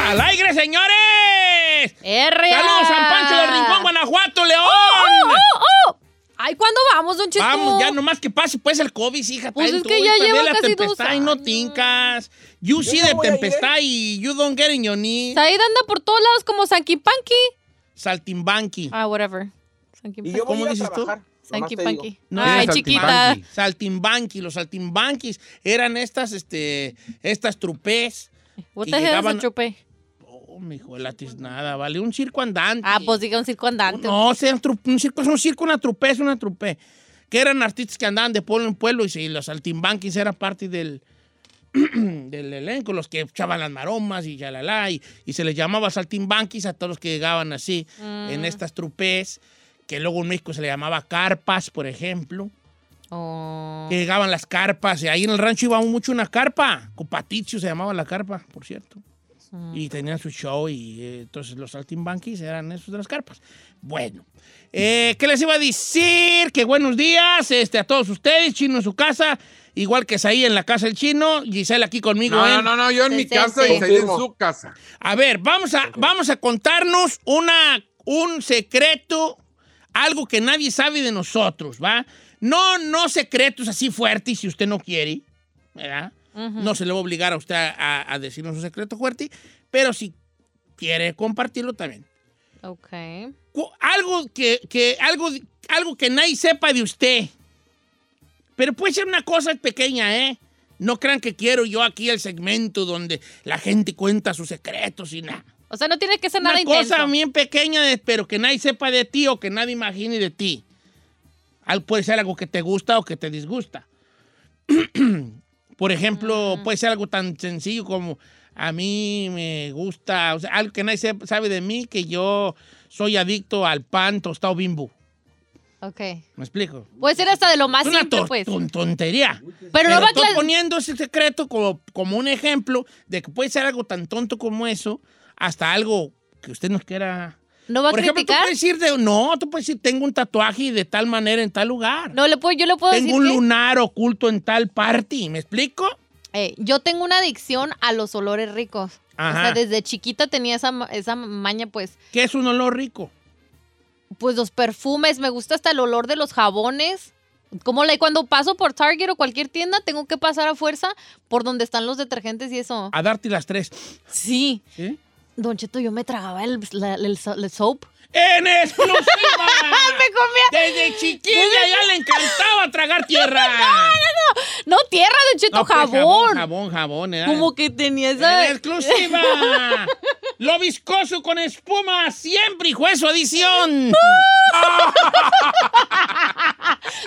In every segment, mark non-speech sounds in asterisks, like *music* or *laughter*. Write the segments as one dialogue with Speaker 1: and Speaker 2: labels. Speaker 1: ¡Al aire, señores!
Speaker 2: ¡R!
Speaker 1: ¡Saludos, San Pancho del Rincón, Guanajuato, León!
Speaker 2: ¡Oh, oh, oh! Ay, ¿cuándo vamos, don Cheto?
Speaker 1: Vamos, ya nomás que pase pues el COVID, hija.
Speaker 2: Pues
Speaker 1: traen
Speaker 2: es
Speaker 1: tú,
Speaker 2: que ya
Speaker 1: y
Speaker 2: lleva
Speaker 1: también la
Speaker 2: casi dos
Speaker 1: tempestad y no
Speaker 2: años.
Speaker 1: tincas. You see
Speaker 3: no
Speaker 1: the
Speaker 3: voy a ir,
Speaker 1: tempestad y you don't get in your knee.
Speaker 2: Said anda por todos lados como Sanky Panky.
Speaker 1: Saltimbanqui.
Speaker 2: Ah, whatever. Sanky
Speaker 3: Y yo
Speaker 2: Panky.
Speaker 3: voy
Speaker 1: ¿Cómo
Speaker 3: a ir
Speaker 1: dices
Speaker 3: a
Speaker 1: tú?
Speaker 3: trabajar. nomás
Speaker 2: Sanky
Speaker 3: te digo.
Speaker 2: Panky.
Speaker 1: No
Speaker 2: Ay,
Speaker 4: digas
Speaker 2: chiquita.
Speaker 4: saltimbanqui.
Speaker 1: Saltimbanqui. Los saltimbanquis eran estas, este, estas trupés.
Speaker 2: What
Speaker 1: que
Speaker 2: the hell
Speaker 1: llegaban-
Speaker 2: is a chupe?
Speaker 1: Oh, mijo, la tiznada, vale. Un circo andante.
Speaker 2: Ah, pues diga un circo andante.
Speaker 1: No, sea un, tru- un circo, es un circo, una trupe, es una trupe. Que eran artistas que andaban de pueblo en pueblo y, se- y los saltimbanquis era parte del, *clears throat* del elenco, los que echaban las maromas y yalala, y, y se les llamaba saltimbanquis a todos los que llegaban así en estas trupes, que luego en México se le llamaba carpas, por ejemplo,
Speaker 2: Oh.
Speaker 1: que llegaban las carpas, y ahí en el rancho iba mucho una carpa, Copaticio se llamaba la carpa, por cierto. Y tenían su show y eh, entonces los saltimbanquis eran esos de las carpas. Bueno, eh, ¿qué les iba a decir? Que buenos días este, a todos ustedes, Chino en su casa, igual que ahí en la casa del Chino, Giselle aquí conmigo. ¿eh?
Speaker 4: No, no,
Speaker 1: en-
Speaker 4: no, no, yo en mi
Speaker 2: Sí, sí,
Speaker 4: casa
Speaker 2: sí.
Speaker 4: y Said en
Speaker 3: Confirmo.
Speaker 4: su casa.
Speaker 1: A ver, vamos a, vamos a contarnos una, un secreto, algo que nadie sabe de nosotros, ¿va? No, no secretos así fuertes si usted no quiere, ¿verdad? No se le va a obligar a usted a, a- a decirnos un secreto fuerte, pero si quiere compartirlo también.
Speaker 2: Ok.
Speaker 1: Cu- Algo que, que- algo, algo que nadie sepa de usted. Pero puede ser una cosa pequeña, ¿eh? No crean que quiero yo aquí el segmento donde la gente cuenta sus secretos y nada.
Speaker 2: O sea, no tiene que ser nada
Speaker 1: Una
Speaker 2: intenso.
Speaker 1: cosa bien pequeña, de- pero que nadie sepa de ti o que nadie imagine de ti. Al- Puede ser algo que te gusta o que te disgusta. *clears throat* Por ejemplo,
Speaker 2: Mm.
Speaker 1: puede ser algo tan sencillo como a mí me gusta, o sea, algo que nadie se- sabe de mí, que yo soy adicto al pan tostado bimbo.
Speaker 2: Ok.
Speaker 1: ¿Me explico?
Speaker 2: Puede ser hasta de lo más
Speaker 1: Es una
Speaker 2: simple,
Speaker 1: to-
Speaker 2: pues.
Speaker 1: ton- tontería.
Speaker 2: Pero no va a
Speaker 1: estoy
Speaker 2: clas-
Speaker 1: poniendo ese secreto como, como un ejemplo de que puede ser algo tan tonto como eso, hasta algo que usted nos quiera
Speaker 2: ¿No va a
Speaker 1: por ejemplo, tú
Speaker 2: criticar?
Speaker 1: puedes decir, de, no, tú puedes decir, tengo un tatuaje de tal manera en tal lugar.
Speaker 2: No, le puedo, yo le puedo
Speaker 1: tengo un
Speaker 2: decir que
Speaker 1: lunar oculto en tal party. ¿Me explico?
Speaker 2: eh, yo tengo una adicción a los olores ricos.
Speaker 1: Ajá.
Speaker 2: O sea, desde chiquita tenía esa, ma- esa maña, pues.
Speaker 1: Que es un olor rico.
Speaker 2: Pues los perfumes, me gusta hasta el olor de los jabones. Como la, cuando paso por Target o cualquier tienda, tengo que pasar a fuerza por donde están los detergentes y eso.
Speaker 1: A darte las tres.
Speaker 2: Sí.
Speaker 1: ¿Sí?
Speaker 2: Don Cheto, yo me tragaba el, la- el so- el soap.
Speaker 1: ¡En exclusiva!
Speaker 2: *laughs* Me comía.
Speaker 1: Desde chiquilla ya le encantaba tragar tierra.
Speaker 2: *laughs* No, tierra, Don Cheto,
Speaker 1: No, pues,
Speaker 2: jabón.
Speaker 1: Jabón, jabón. era-
Speaker 2: Como que tenía esa.
Speaker 1: ¡En exclusiva!
Speaker 2: *laughs*
Speaker 1: Lo viscoso con espuma, siempre y juez su
Speaker 2: *laughs*
Speaker 1: adición.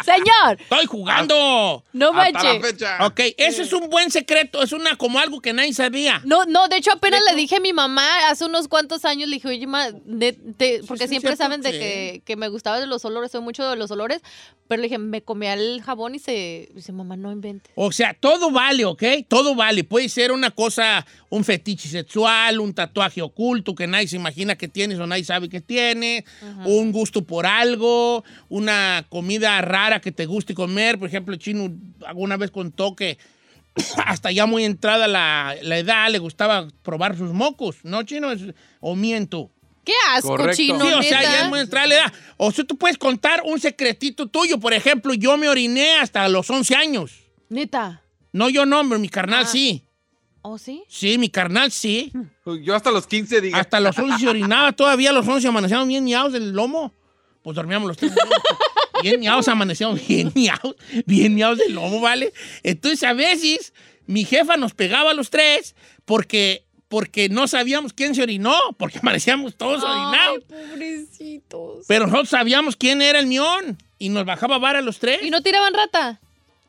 Speaker 2: Señor,
Speaker 1: ¡Estoy jugando!
Speaker 2: no
Speaker 4: Hasta la
Speaker 2: manches.
Speaker 4: fecha.
Speaker 1: Ok, eso es un buen secreto, es una como algo que nadie sabía.
Speaker 2: No, no, de hecho apenas le dije a mi mamá hace unos cuantos años, le dije, oye, ma, ne- te- porque
Speaker 1: es
Speaker 2: siempre
Speaker 1: cierto
Speaker 2: saben de
Speaker 1: que-
Speaker 2: que, que me gustaba de los olores, soy mucho de los olores, pero le dije, me comía el jabón y se dice, mamá, no invente.
Speaker 1: O sea, todo vale, ¿ok? Todo vale. Puede ser una cosa, un fetiche sexual, un tatuaje oculto que nadie se imagina que tienes o nadie sabe que tienes, un gusto por algo, una comida rara que te guste comer. Por ejemplo, el Chino alguna vez contó que *coughs* hasta ya muy entrada la, la edad le gustaba probar sus mocos, ¿no, Chino? Es- O miento.
Speaker 2: ¿Qué asco,
Speaker 4: Correcto.
Speaker 2: chino?
Speaker 1: Sí, o sea,
Speaker 2: neta?
Speaker 1: ya es muy entrada la edad. O sea, tú puedes contar un secretito tuyo. Por ejemplo, yo me oriné hasta los 11 años.
Speaker 2: Neta.
Speaker 1: No, yo no, hombre, mi carnal
Speaker 2: Ah.
Speaker 1: sí.
Speaker 2: ¿Oh, sí?
Speaker 1: Sí, mi carnal sí.
Speaker 4: Yo hasta los 15 diga.
Speaker 1: Hasta los 11 se orinaba, todavía a los 11 amanecíamos bien miados del lomo. Pues dormíamos los tres. juntos. Bien miados, amanecíamos bien *laughs* miados, bien miados del lomo, ¿vale? Entonces a veces mi jefa nos pegaba a los tres porque, porque no sabíamos quién se orinó, porque *laughs* amanecíamos todos orinados.
Speaker 2: pobrecitos.
Speaker 1: Pero nosotros sabíamos quién era el mión y nos bajaba vara a los tres.
Speaker 2: ¿Y no tiraban rata?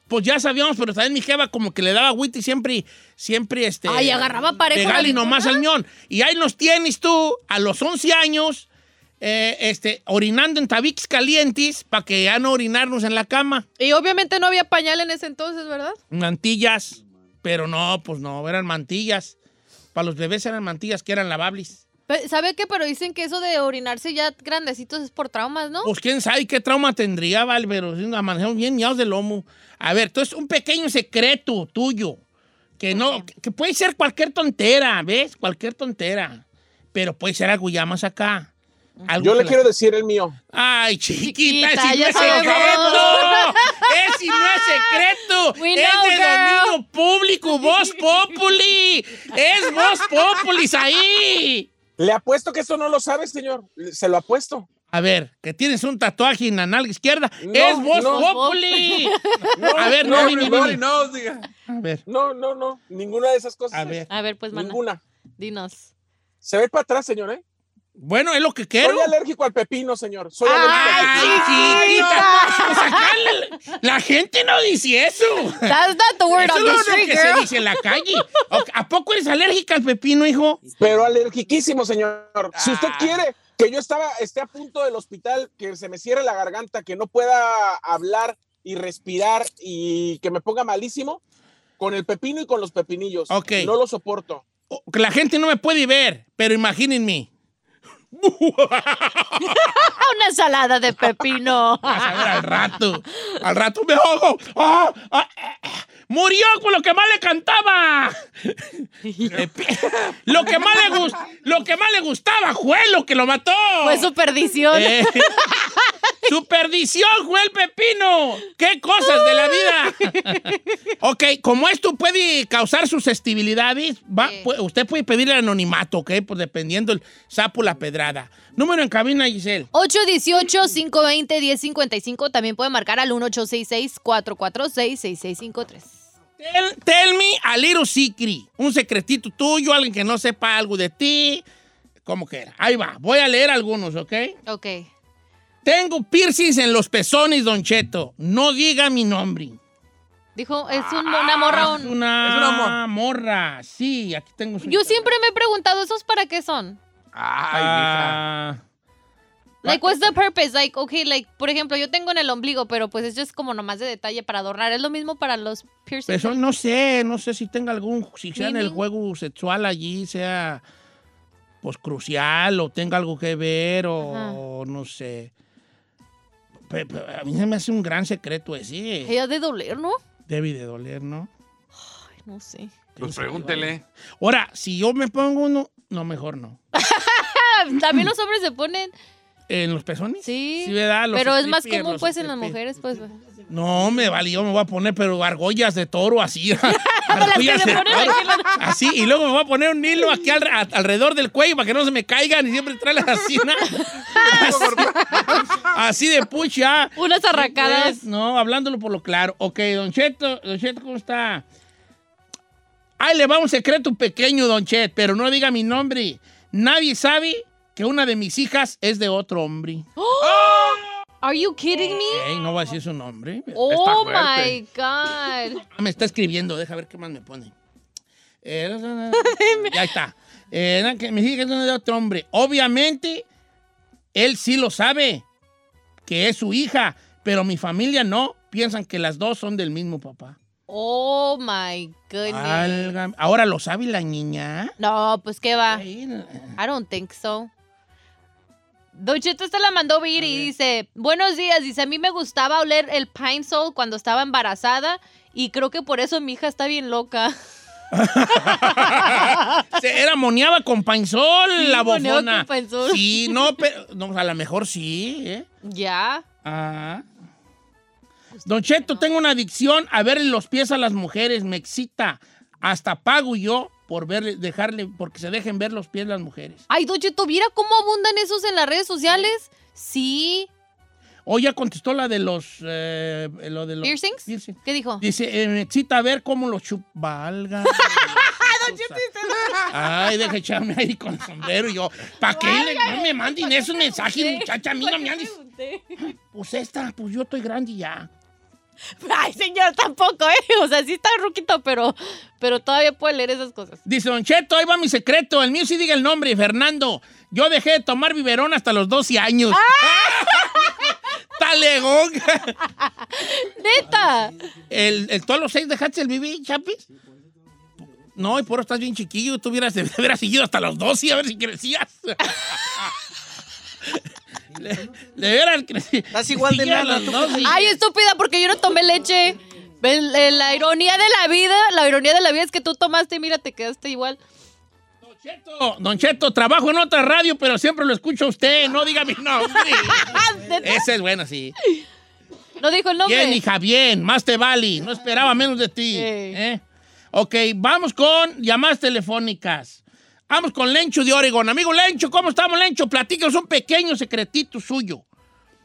Speaker 1: Pues ya sabíamos, pero también mi jeva como que le daba agüita y siempre, siempre este...
Speaker 2: Ay, agarraba parejo
Speaker 1: Legal
Speaker 2: la
Speaker 1: y nomás
Speaker 2: bichona.
Speaker 1: al mión. Y ahí nos tienes tú, a los 11 años, eh, este, orinando en tabiques calientes para que ya no orinarnos en la cama.
Speaker 2: Y obviamente no había pañal en ese entonces, ¿verdad?
Speaker 1: Mantillas. Pero no, pues no, eran mantillas. Para los bebés eran mantillas que eran lavables.
Speaker 2: Pe- ¿Sabe qué? Pero dicen que eso de orinarse ya grandecitos es por traumas, ¿no?
Speaker 1: Pues quién sabe qué trauma tendría, Val, pero sí, amanecemos bien miados de lomo. A ver, entonces, un pequeño secreto tuyo Que no, que puede ser cualquier tontera, ¿ves? Cualquier tontera. Pero puede ser algo ya más acá. Algo
Speaker 3: Yo
Speaker 1: que
Speaker 3: le
Speaker 1: la-
Speaker 3: quiero decir el mío.
Speaker 1: *laughs* Ay, chiquita,
Speaker 2: Chiquita,
Speaker 1: si no
Speaker 2: ya
Speaker 1: es
Speaker 2: sabemos.
Speaker 1: secreto. *laughs* Es si no es secreto.
Speaker 2: We
Speaker 1: es
Speaker 2: know,
Speaker 1: de
Speaker 2: girl.
Speaker 1: dominio público,
Speaker 2: *laughs*
Speaker 1: Voz Populi. Es Voz Populis ahí.
Speaker 3: Le apuesto que eso no lo sabe, señor. Se lo apuesto.
Speaker 1: A ver, que tienes un tatuaje en la nalga izquierda.
Speaker 3: No,
Speaker 1: es Voz
Speaker 3: no.
Speaker 1: Populi.
Speaker 3: No,
Speaker 1: A ver,
Speaker 3: no,
Speaker 1: Noni, Noni,
Speaker 3: no,
Speaker 1: Noni.
Speaker 3: no, diga.
Speaker 1: A ver,
Speaker 3: no, no, no. Ninguna de esas cosas.
Speaker 1: a
Speaker 3: es.
Speaker 1: ver.
Speaker 2: A ver, pues, mana,
Speaker 3: Ninguna.
Speaker 2: dinos.
Speaker 3: Se ve para atrás, señor, ¿eh?
Speaker 1: Bueno, es lo que quiero.
Speaker 3: Soy alérgico al pepino, señor. Soy
Speaker 2: Ay,
Speaker 3: alérgico
Speaker 1: Ay,
Speaker 3: al pepino.
Speaker 1: chiquita. Pues acá la, la gente no dice eso.
Speaker 2: That's not the word
Speaker 1: Eso
Speaker 2: on
Speaker 1: no
Speaker 2: the
Speaker 1: es lo
Speaker 2: street,
Speaker 1: que se
Speaker 2: girl.
Speaker 1: dice en la calle. ¿O- ¿A poco eres alérgica al pepino, hijo?
Speaker 3: Pero alergiquísimo, señor. Si usted
Speaker 1: Ah.
Speaker 3: quiere que yo estaba, esté a punto del hospital, que se me cierre la garganta, que no pueda hablar y respirar y que me ponga malísimo, con el pepino y con los pepinillos.
Speaker 1: Ok.
Speaker 3: No lo soporto.
Speaker 1: O- que La gente no me puede ver, pero imagínenme.
Speaker 2: Una ensalada de *laughs* pepino.
Speaker 1: Vas a ver al rato. Al rato me ahogo. ¡Ah! ¡Ah! ¡Ah! Murió con lo que más le cantaba. lo que más le gus- lo que más le gustaba fue lo que lo mató.
Speaker 2: Fue su perdición.
Speaker 1: Eh, su perdición fue el pepino. ¡Qué cosas de la vida! ok, como esto puede causar susceptibilidades, va-
Speaker 2: Sí.
Speaker 1: pu- usted puede pedir el anonimato, ¿ok? Pues dependiendo el sapo la pedrada. Número en cabina, Giselle.
Speaker 2: 818-520-1055. También puede marcar al 1866-446-6653.
Speaker 1: Tell, tell me a little secret. Un secretito tuyo, alguien que no sepa algo de ti. Como quiera. Ahí va. Voy a leer algunos, ¿ok?
Speaker 2: Ok.
Speaker 1: Tengo piercings en los pezones, Don Cheto. No diga mi nombre.
Speaker 2: Dijo, Ah, es un, una morra.
Speaker 1: Es
Speaker 2: un-
Speaker 1: una,
Speaker 3: es una mo-
Speaker 1: morra. Sí, aquí tengo su
Speaker 2: Yo
Speaker 1: Instagram.
Speaker 2: siempre me he preguntado, ¿esos para qué son?
Speaker 1: Ah,
Speaker 2: Like, what's the purpose? Like, okay, like, por ejemplo, yo tengo en el ombligo, pero pues es just como nomás de detalle para adornar. Es lo mismo para los piercings.
Speaker 1: pezón, no sé, no sé si tenga algún, si sea en el
Speaker 2: Meaning.
Speaker 1: juego sexual allí, sea pues crucial o tenga algo que ver o no sé. Pe- pe- a mí se me hace un gran secreto ese.
Speaker 2: Ella de doler, ¿no?
Speaker 1: Debe de doler, ¿no?
Speaker 2: Ay, no *laughs* sé.
Speaker 1: ¿Quién
Speaker 4: Pues
Speaker 1: sabe,
Speaker 4: pregúntele.
Speaker 1: vale? Ahora, si yo me pongo uno, no, mejor no.
Speaker 2: Ah, También los hombres se ponen.
Speaker 1: ¿En los pezones?
Speaker 2: Sí.
Speaker 1: ¿verdad? Los
Speaker 2: pero es más
Speaker 1: strippers,
Speaker 2: común,
Speaker 1: los
Speaker 2: pues, en las
Speaker 1: strippers.
Speaker 2: mujeres, pues.
Speaker 1: No, me vale, yo me voy a poner, pero argollas de toro
Speaker 2: *laughs*
Speaker 1: así. *laughs* argollas
Speaker 2: se
Speaker 1: de
Speaker 2: ponen
Speaker 1: toro.
Speaker 2: aquí en la-
Speaker 1: Así, y luego me voy a poner un hilo aquí al- a- alrededor del cuello para que no se me caigan y siempre trae la asina. Así de pucha.
Speaker 2: Unas arracadas.
Speaker 1: Pues, No, hablándolo por lo claro. Ok, Don Cheto, Don Cheto, ¿cómo está? Ahí le va un secreto pequeño, Don Chet, pero no diga mi nombre. Nadie sabe que una de mis hijas es de otro hombre.
Speaker 2: Oh. Are you kidding me?
Speaker 1: Ey, no va a decir su nombre.
Speaker 2: Oh my
Speaker 4: fuerte.
Speaker 2: God.
Speaker 1: Ah, Me está escribiendo, deja ver qué más me pone. Eh, na, na, na.
Speaker 2: *laughs*
Speaker 1: ya está. Eh, na, que me dice que no es de otro hombre. Obviamente, él sí lo sabe, que es su hija, pero mi familia no. Piensan que las dos son del mismo papá.
Speaker 2: Oh my goodness.
Speaker 1: Válgame. Ahora lo sabe la niña.
Speaker 2: No, pues qué va.
Speaker 1: Ay, na-
Speaker 2: I don't think so. Don Cheto esta la mandó ver y
Speaker 1: ver.
Speaker 2: dice, buenos días, dice, a mí me gustaba oler el Pine Sol cuando estaba embarazada y creo que por eso mi hija está bien loca. *laughs*
Speaker 1: Se- Era moneaba con panzol,
Speaker 2: Sí,
Speaker 1: la
Speaker 2: moneaba
Speaker 1: bofona.
Speaker 2: con panzol.
Speaker 1: Sí, no, pero no, a lo mejor sí, ¿eh?
Speaker 2: ¿Ya?
Speaker 1: Ah. Don Cheto, tengo una adicción a verle los pies a las mujeres, me excita. Hasta pago yo por verle, dejarle, porque se dejen ver los pies las mujeres.
Speaker 2: Ay, Don Cheto, mira cómo abundan esos en las redes sociales. Sí.
Speaker 1: O ya contestó la de los, eh, lo de los
Speaker 2: ¿Piercings?
Speaker 1: piercing.
Speaker 2: ¿Qué dijo?
Speaker 1: Dice, eh, me excita ver cómo los chup... *laughs* Valga. Ay, deja echarme ahí con el sombrero y yo. ¿Para qué le- no me manden esos mensajes, muchacha? A mí no me han Pues esta, pues yo estoy grande y ya.
Speaker 2: *laughs* Ay, señor, tampoco, ¿eh? *laughs* O sea, sí está ruquito, pero, pero todavía puede leer esas cosas.
Speaker 1: Dice Don Cheto, ahí va mi secreto. El mío sí diga el nombre, Fernando. Yo dejé de tomar biberón hasta los 12 años. *laughs* ¡Talegón!
Speaker 2: ¡Neta!
Speaker 1: El, el, ¿Tú a los seis dejaste el bebé, Chapis? No, y por eso estás bien chiquillo. Tú hubieras, de hubieras seguido hasta los 12 a ver si crecías. le, le hubieras crecido.
Speaker 5: Estás igual de
Speaker 1: Siguió a
Speaker 5: nana,
Speaker 1: los
Speaker 5: tú.
Speaker 1: 12.
Speaker 2: Ay, estúpida, porque yo no tomé leche. El- el- la ironía de la vida, la ironía de la vida es que tú tomaste y mira, te quedaste igual.
Speaker 1: Don Cheto, Don Cheto, trabajo en otra radio, pero siempre lo escucho a usted. No diga mi nombre. Ese es bueno, sí.
Speaker 2: No dijo el nombre.
Speaker 1: Bien, hija, bien. Más te vale. No esperaba menos de ti.
Speaker 2: Ey.
Speaker 1: ¿eh? Ok, vamos con llamadas telefónicas. Vamos con Lencho de Oregon. Amigo Lencho, ¿cómo estamos, Lencho? Platícanos un pequeño secretito suyo.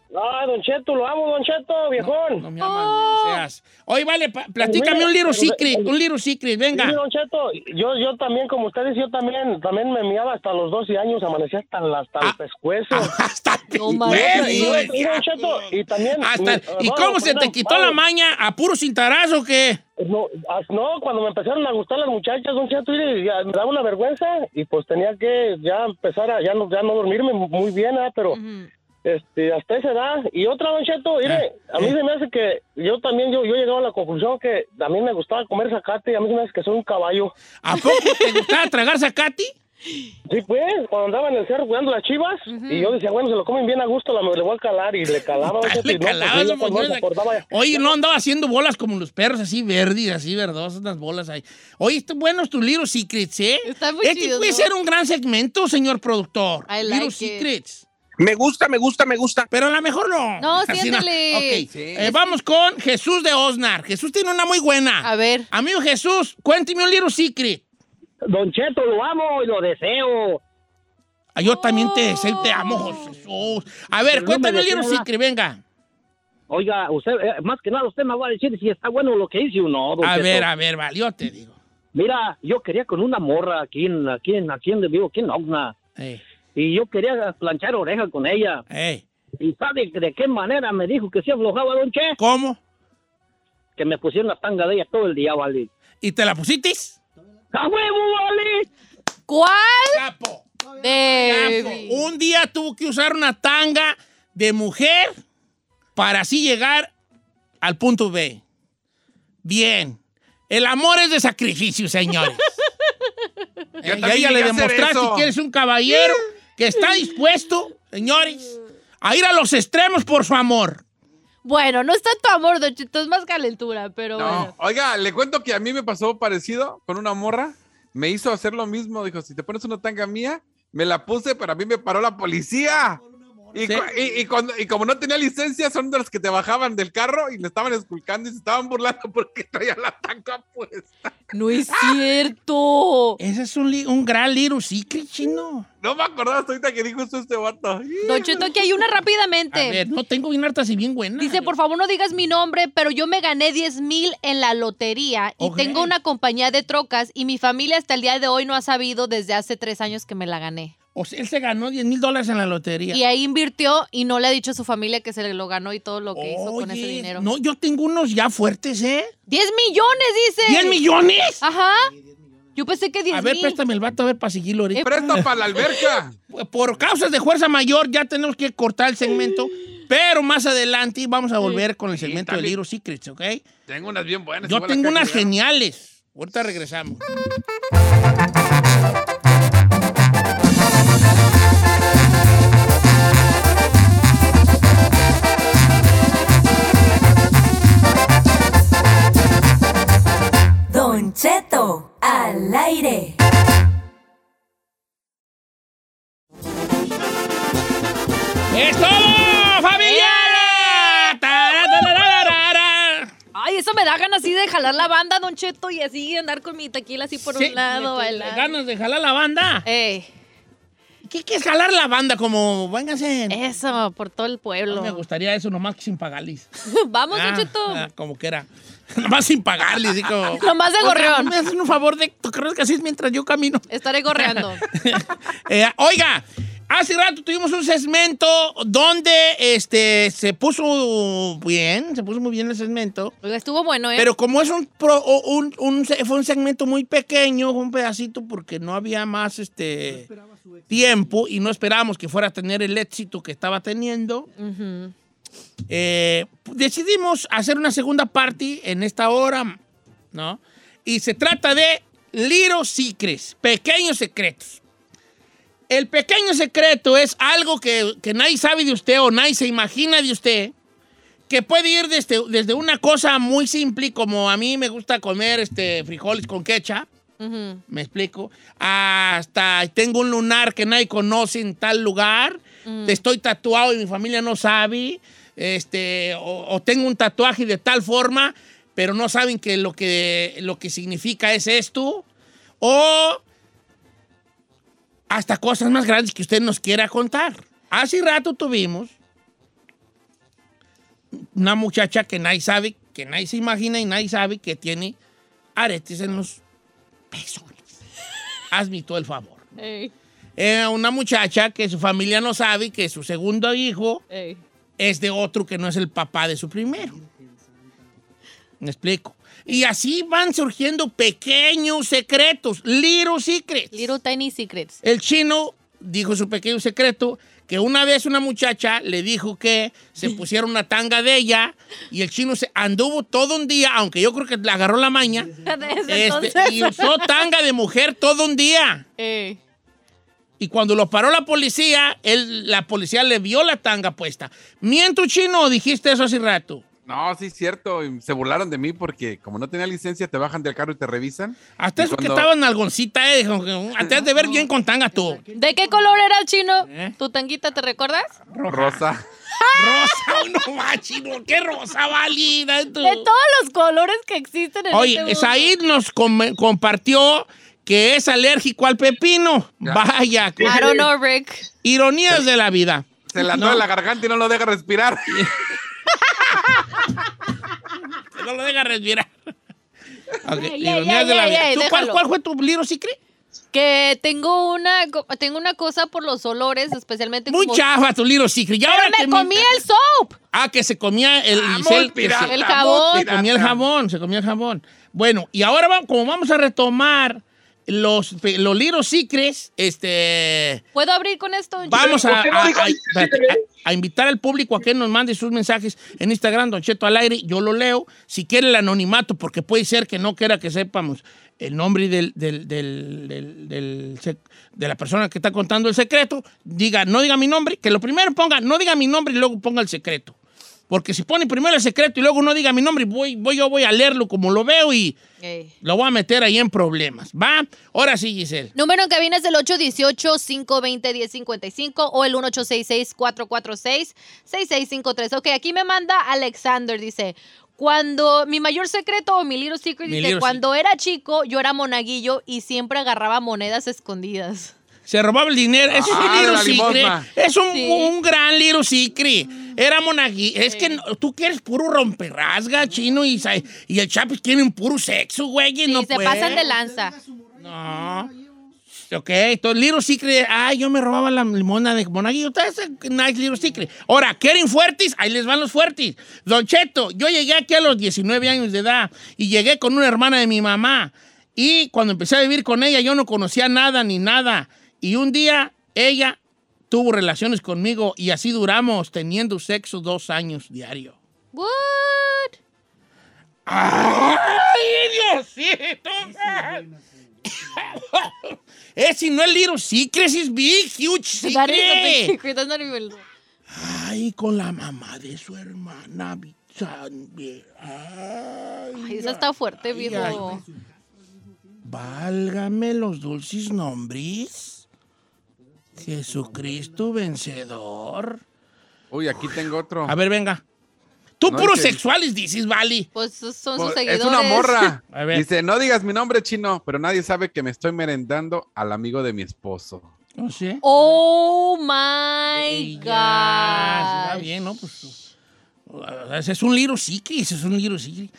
Speaker 4: No, Don Cheto, lo amo, Don Cheto, viejón.
Speaker 1: No me amas, ni seas. Oye, vale, pa- platícame un little secret. Un little secret, venga.
Speaker 4: Sí, don Cheto, yo, yo también, como ustedes, yo también, también me miaba hasta los 12 años, amanecía hasta, la- hasta el
Speaker 1: Ah.
Speaker 4: pescuezo.
Speaker 1: *laughs* Hasta
Speaker 2: No manches.
Speaker 1: Bueno,
Speaker 4: y,
Speaker 1: hijo de-
Speaker 4: y, don Cheto, y también...
Speaker 1: Hasta-
Speaker 2: Eh,
Speaker 4: mi-
Speaker 1: ¿Y
Speaker 4: bueno,
Speaker 1: cómo se te
Speaker 4: perdón,
Speaker 1: quitó la
Speaker 4: vale,
Speaker 1: maña? ¿A puro cintarazo o qué?
Speaker 4: No, as- no, cuando me empezaron a gustar las muchachas, Don Cheto, y ya me daba una vergüenza y pues tenía que ya empezar a ya no, ya no dormirme muy bien, ah, pero...
Speaker 2: Ujú.
Speaker 4: Este, hasta esa edad. Y otra, Don Cheto, mire,
Speaker 1: Ah,
Speaker 4: a mí
Speaker 1: eh.
Speaker 4: se me hace que yo también, yo, yo he llegado a la conclusión que a mí me gustaba comer zacate y a mí se me hace que soy un caballo.
Speaker 1: ¿A poco te gustaba tragar zacate?
Speaker 4: Sí, pues, cuando andaba en el cerro cuidando las chivas, y yo decía, bueno, se lo comen bien a gusto, la, le voy a calar, y le calaba, Don
Speaker 1: *laughs*
Speaker 4: Cheto,
Speaker 1: Le
Speaker 4: y no, pues,
Speaker 1: calabas,
Speaker 4: yo
Speaker 1: don
Speaker 4: cuando
Speaker 1: Manuel,
Speaker 4: me acordaba, ya-
Speaker 1: Oye, no andaba haciendo bolas como los perros, así verdes, así verdosas, las bolas ahí. Oye, están buenos tus Little Secrets, ¿eh?
Speaker 2: Está muy
Speaker 1: este
Speaker 2: chido,
Speaker 1: puede
Speaker 2: ¿no?
Speaker 1: ser un gran segmento, señor productor.
Speaker 2: I
Speaker 1: Little
Speaker 2: like it.
Speaker 1: Secrets.
Speaker 3: Me gusta, me gusta, me gusta.
Speaker 1: Pero a lo mejor no.
Speaker 2: No,
Speaker 1: Así
Speaker 2: siéndele.
Speaker 1: Ok.
Speaker 2: Sí.
Speaker 1: Eh, vamos con Jesús de Osnar. Jesús tiene una muy buena.
Speaker 2: A ver.
Speaker 1: Amigo Jesús, cuénteme un Little Secret.
Speaker 4: Don Cheto, lo amo y lo deseo.
Speaker 1: Ah, Yo también te, deseo y te amo, Jesús. A ver,
Speaker 4: Pero no
Speaker 1: cuéntame
Speaker 4: me
Speaker 1: un Little
Speaker 4: decía nada.
Speaker 1: Secret, venga.
Speaker 4: Oiga, usted, eh, más que nada, usted me va a decir si está bueno lo que hice o no, Don
Speaker 1: A
Speaker 4: Cheto.
Speaker 1: ver, a ver, vale, yo te digo.
Speaker 4: Mira, yo quería con una morra aquí en, aquí en, aquí en, vivo, aquí en Ogna,
Speaker 1: Ey,
Speaker 4: y yo quería planchar oreja con ella.
Speaker 1: ey,
Speaker 4: ¿Y sabe de qué manera me dijo que se aflojaba, don Che?
Speaker 1: ¿Cómo?
Speaker 4: Que me pusieron la tanga de ella todo el día, vale.
Speaker 1: ¿Y te la pusitis?
Speaker 4: ¡A huevo, vale!
Speaker 2: ¿Cuál?
Speaker 1: Capo. Capo.
Speaker 2: Baby.
Speaker 1: Un día tuvo que usar una tanga de mujer para así llegar al punto B. Bien. El amor es de sacrificio, señores.
Speaker 5: *laughs*
Speaker 1: Eh, y a ella le
Speaker 5: también llegué a hacer
Speaker 1: demostraste
Speaker 5: eso.
Speaker 1: que eres un caballero que
Speaker 5: *laughs*
Speaker 1: está dispuesto, señores, a ir a los extremos por su amor.
Speaker 2: Bueno, no es tanto amor, Don Cheto, es más calentura, pero
Speaker 5: No,
Speaker 2: bueno.
Speaker 5: oiga, le cuento que a mí me pasó parecido con una morra. Me hizo hacer lo mismo. Dijo, si te pones una tanga mía, me la puse, pero a mí me paró la policía. Y,
Speaker 1: Sí.
Speaker 5: cu- y- y cuando- y como no tenía licencia, son de los que te bajaban del carro y le estaban esculcando y se estaban burlando *laughs* porque traía la tanga pues.
Speaker 2: No es cierto.
Speaker 1: Ese es un, li- un gran little secret, chino.
Speaker 5: No me acordaba hasta ahorita que dijo eso este vato.
Speaker 2: Don Cheto, aquí hay una
Speaker 1: A
Speaker 2: rápidamente.
Speaker 1: ver, no tengo bien hartas y bien buenas.
Speaker 2: Dice, por favor, no digas mi nombre, pero yo me gané 10 mil en la lotería y
Speaker 1: Ok.
Speaker 2: tengo una compañía de trocas y mi familia hasta el día de hoy no ha sabido desde hace tres años que me la gané.
Speaker 1: O sea, él se ganó 10 mil dólares en la lotería.
Speaker 2: Y ahí invirtió y no le ha dicho a su familia que se lo ganó y todo lo que hizo con ese
Speaker 1: Oye,
Speaker 2: dinero.
Speaker 1: No, yo tengo unos ya fuertes, ¿eh?
Speaker 2: ¡10 millones, dice!
Speaker 1: ¿10 millones?
Speaker 2: Ajá. Yo pensé que 10
Speaker 1: a ver,
Speaker 2: Ah, mil. Eh,
Speaker 1: préstame el vato, a ver, para seguirlo ahorita.
Speaker 5: Presta
Speaker 1: *laughs*
Speaker 5: para la alberca.
Speaker 1: Por causas de fuerza mayor, ya tenemos que cortar el
Speaker 2: *gasps*
Speaker 1: segmento. Pero más adelante vamos a volver con el segmento de
Speaker 5: también.
Speaker 1: Little Secrets, ¿ok?
Speaker 5: Tengo unas bien buenas.
Speaker 1: Yo
Speaker 5: igual
Speaker 1: tengo
Speaker 5: acá
Speaker 1: unas
Speaker 5: que-
Speaker 1: geniales. Ahorita regresamos.
Speaker 6: Don Cheto, al aire.
Speaker 1: ¡Es todo, familia!
Speaker 2: Eh.
Speaker 1: Tará, tará, tará, tará.
Speaker 2: Ay, eso me da ganas así de jalar la banda, Don Cheto, y así andar con mi tequila así por
Speaker 1: Sí,
Speaker 2: un lado,
Speaker 1: me- me- me
Speaker 2: bailar.
Speaker 1: Ganas de jalar la banda.
Speaker 2: Ey,
Speaker 1: ¿Qué quieres jalar la banda? Como, vénganse.
Speaker 2: Eh, eso, por todo el pueblo.
Speaker 1: No me gustaría eso nomás que sin pagarles.
Speaker 2: *laughs* Vamos, Don
Speaker 1: Ah,
Speaker 2: Cheto.
Speaker 1: ah, como que era. *laughs* Nomás sin pagarle,
Speaker 2: *laughs*
Speaker 1: así como.
Speaker 2: Nomás de
Speaker 1: Oiga,
Speaker 2: gorreón.
Speaker 1: ¿Me hacen un favor de tocar las así mientras yo camino? *laughs*
Speaker 2: Estaré gorreando.
Speaker 1: Eh, oiga, hace rato tuvimos un segmento donde este, se puso bien, se puso muy bien el segmento.
Speaker 2: Oiga, estuvo bueno, ¿eh?
Speaker 1: Pero como es un, pro- o- un, un se- fue un segmento muy pequeño, fue un pedacito porque no había más este tiempo y no esperábamos que fuera a tener el éxito que estaba teniendo.
Speaker 2: Ujú.
Speaker 1: Eh, decidimos hacer una segunda party en esta hora, ¿no? Y se trata de Little Secrets, pequeños secretos. El pequeño secreto es algo que, que nadie sabe de usted o nadie se imagina de usted, que puede ir desde, desde una cosa muy simple, como a mí me gusta comer este, frijoles con ketchup,
Speaker 2: Ujú.
Speaker 1: me explico, hasta tengo un lunar que nadie conoce en tal lugar, estoy tatuado y mi familia no sabe, este, o, o tengo un tatuaje de tal forma, pero no saben que lo que, lo que significa es esto, o hasta cosas más grandes que usted nos quiera contar. Hace rato tuvimos una muchacha que nadie sabe, que nadie se imagina y nadie sabe que tiene aretes en los pezones. Hazme todo el favor.
Speaker 2: Ey,
Speaker 1: Eh, una muchacha que su familia no sabe que su segundo hijo
Speaker 2: ey.
Speaker 1: es de otro que no es el papá de su primero. ¿Me explico? Y así van surgiendo pequeños secretos, little secrets.
Speaker 2: Little Tiny Secrets.
Speaker 1: El chino dijo su pequeño secreto que una vez una muchacha le dijo que se pusiera una tanga de ella y el chino se anduvo todo un día, aunque yo creo que le agarró la maña,
Speaker 2: *laughs* Desde
Speaker 1: este,
Speaker 2: entonces.
Speaker 1: y usó tanga de mujer todo un día.
Speaker 2: Ey.
Speaker 1: Y cuando lo paró la policía, él, la policía le vio la tanga puesta. ¿Miento chino o dijiste eso hace rato?
Speaker 5: No, sí, cierto. y Se burlaron de mí porque como no tenía licencia, te bajan del carro y te revisan.
Speaker 1: Hasta
Speaker 5: Y
Speaker 1: eso que
Speaker 5: cuando-
Speaker 1: estaba en algoncita, eh, dijo
Speaker 5: *laughs*
Speaker 1: que, antes de ver bien con tanga tú.
Speaker 2: ¿De qué color era el chino?
Speaker 1: ¿Eh?
Speaker 2: ¿Tu tanguita te recuerdas?
Speaker 5: Rosa.
Speaker 1: Rosa, *laughs* no más, chino, qué rosa válida. tú.
Speaker 2: De todos los colores que existen *laughs* en este
Speaker 1: Oye,
Speaker 2: mundo.
Speaker 1: Said nos com- compartió que es alérgico al pepino.
Speaker 2: *laughs*
Speaker 5: Ya.
Speaker 1: Vaya, qué-
Speaker 2: I don't know, Rick.
Speaker 1: ironías de la
Speaker 2: *laughs*
Speaker 1: vida. *laughs*
Speaker 5: Se la andó
Speaker 1: No.
Speaker 5: en la garganta y no lo deja respirar.
Speaker 1: Que No lo deja
Speaker 2: *laughs*
Speaker 1: respirar. Ok,
Speaker 2: Ay, ay,
Speaker 1: ironías
Speaker 2: ay,
Speaker 1: de la
Speaker 2: ay,
Speaker 1: vida.
Speaker 2: ay,
Speaker 1: ¿Tú cuál,
Speaker 2: déjalo.
Speaker 1: cuál fue tu libro, Secret?
Speaker 2: Que tengo una, co- tengo una cosa por los olores, especialmente
Speaker 1: Muy
Speaker 2: como-
Speaker 1: chafa tu libro, Secret. Y
Speaker 2: Pero
Speaker 1: ahora que mi-
Speaker 2: me comí el soap.
Speaker 1: Ah, que se comía el
Speaker 5: *laughs* Vamos,
Speaker 1: Giselle, que
Speaker 5: pirata,
Speaker 1: se-
Speaker 2: El jabón.
Speaker 5: vamos,
Speaker 1: se comía el
Speaker 5: pirata.
Speaker 1: jabón, se comía el jabón. Bueno, y ahora vamos, como vamos a retomar los, pe- los Little Secrets, este...
Speaker 2: ¿Puedo abrir con esto?
Speaker 1: Vamos a,
Speaker 4: Usted no
Speaker 1: a-
Speaker 4: dijo
Speaker 1: a-
Speaker 4: ni
Speaker 1: espérate,
Speaker 4: siquiera.
Speaker 1: a- a invitar al público a que nos mande sus mensajes en Instagram, Don Cheto al aire. Yo lo leo. Si quiere el anonimato, porque puede ser que no quiera que sepamos el nombre del, del- del- del- del sec- de la persona que está contando el secreto. Diga, no diga mi nombre, que lo primero ponga, no diga mi nombre y luego ponga el secreto. Porque si pone primero el secreto y luego no diga mi nombre, voy, voy, yo voy a leerlo como lo veo y
Speaker 2: Ey.
Speaker 1: lo voy a meter ahí en problemas. ¿Va? Ahora sí, Giselle.
Speaker 2: Número en cabina es el 818-520-1055 o el 1866-446-6653. Ok, aquí me manda Alexander, dice, cuando mi mayor secreto o mi little secret,
Speaker 1: Mi
Speaker 2: dice,
Speaker 1: little
Speaker 2: cuando era chico yo era monaguillo y siempre agarraba monedas escondidas.
Speaker 1: Se robaba el dinero. Eso es un
Speaker 5: Ah,
Speaker 1: little
Speaker 5: la limosna.
Speaker 1: secret. Es un,
Speaker 2: Sí.
Speaker 1: un gran little secret. Era monagui. Es que no- tú quieres puro romperrasga, chino, y, sa- y el Chapis quieren puro sexo, güey. y
Speaker 2: Sí,
Speaker 1: no
Speaker 2: se
Speaker 1: puede.
Speaker 2: pasan de lanza.
Speaker 1: No. Ok, entonces Little Secret, ah, yo me robaba la limona de Monaguillo. Ustedes, eh, nice Little Secret. Ahora, ¿quieren fuertes? Ahí les van los fuertes. Don Cheto, yo llegué aquí a los 19 años de edad y llegué con una hermana de mi mamá. Y cuando empecé a vivir con ella, yo no conocía nada ni nada. Y un día ella tuvo relaciones conmigo y así duramos teniendo sexo dos años diario.
Speaker 2: What?
Speaker 1: ¡Ay, Diosito! *laughs* Ese Eh, no es Little Secret, es Big Huge
Speaker 2: That is a big
Speaker 1: Secret.
Speaker 2: secret, that's not even-
Speaker 1: Ay, con la mamá de su hermana, Big Sandy. Ay,
Speaker 2: Ay, esa está fuerte, viejo.
Speaker 1: Válgame los dulces nombres. Jesucristo vencedor.
Speaker 5: Uy, aquí tengo otro.
Speaker 1: A ver, venga. Tú
Speaker 5: No
Speaker 1: puro
Speaker 5: entendí.
Speaker 1: sexuales dices, Vali.
Speaker 2: Pues son sus
Speaker 5: Por-
Speaker 2: seguidores.
Speaker 5: es una morra.
Speaker 1: *laughs* A ver.
Speaker 5: Dice, no digas mi nombre chino, pero nadie sabe que me estoy merendando al amigo de mi esposo.
Speaker 1: No sé.
Speaker 2: *laughs* Oh my
Speaker 1: Y ya,
Speaker 2: God.
Speaker 1: Está bien, ¿no? Pues, uh, es un little secret, es un little secret.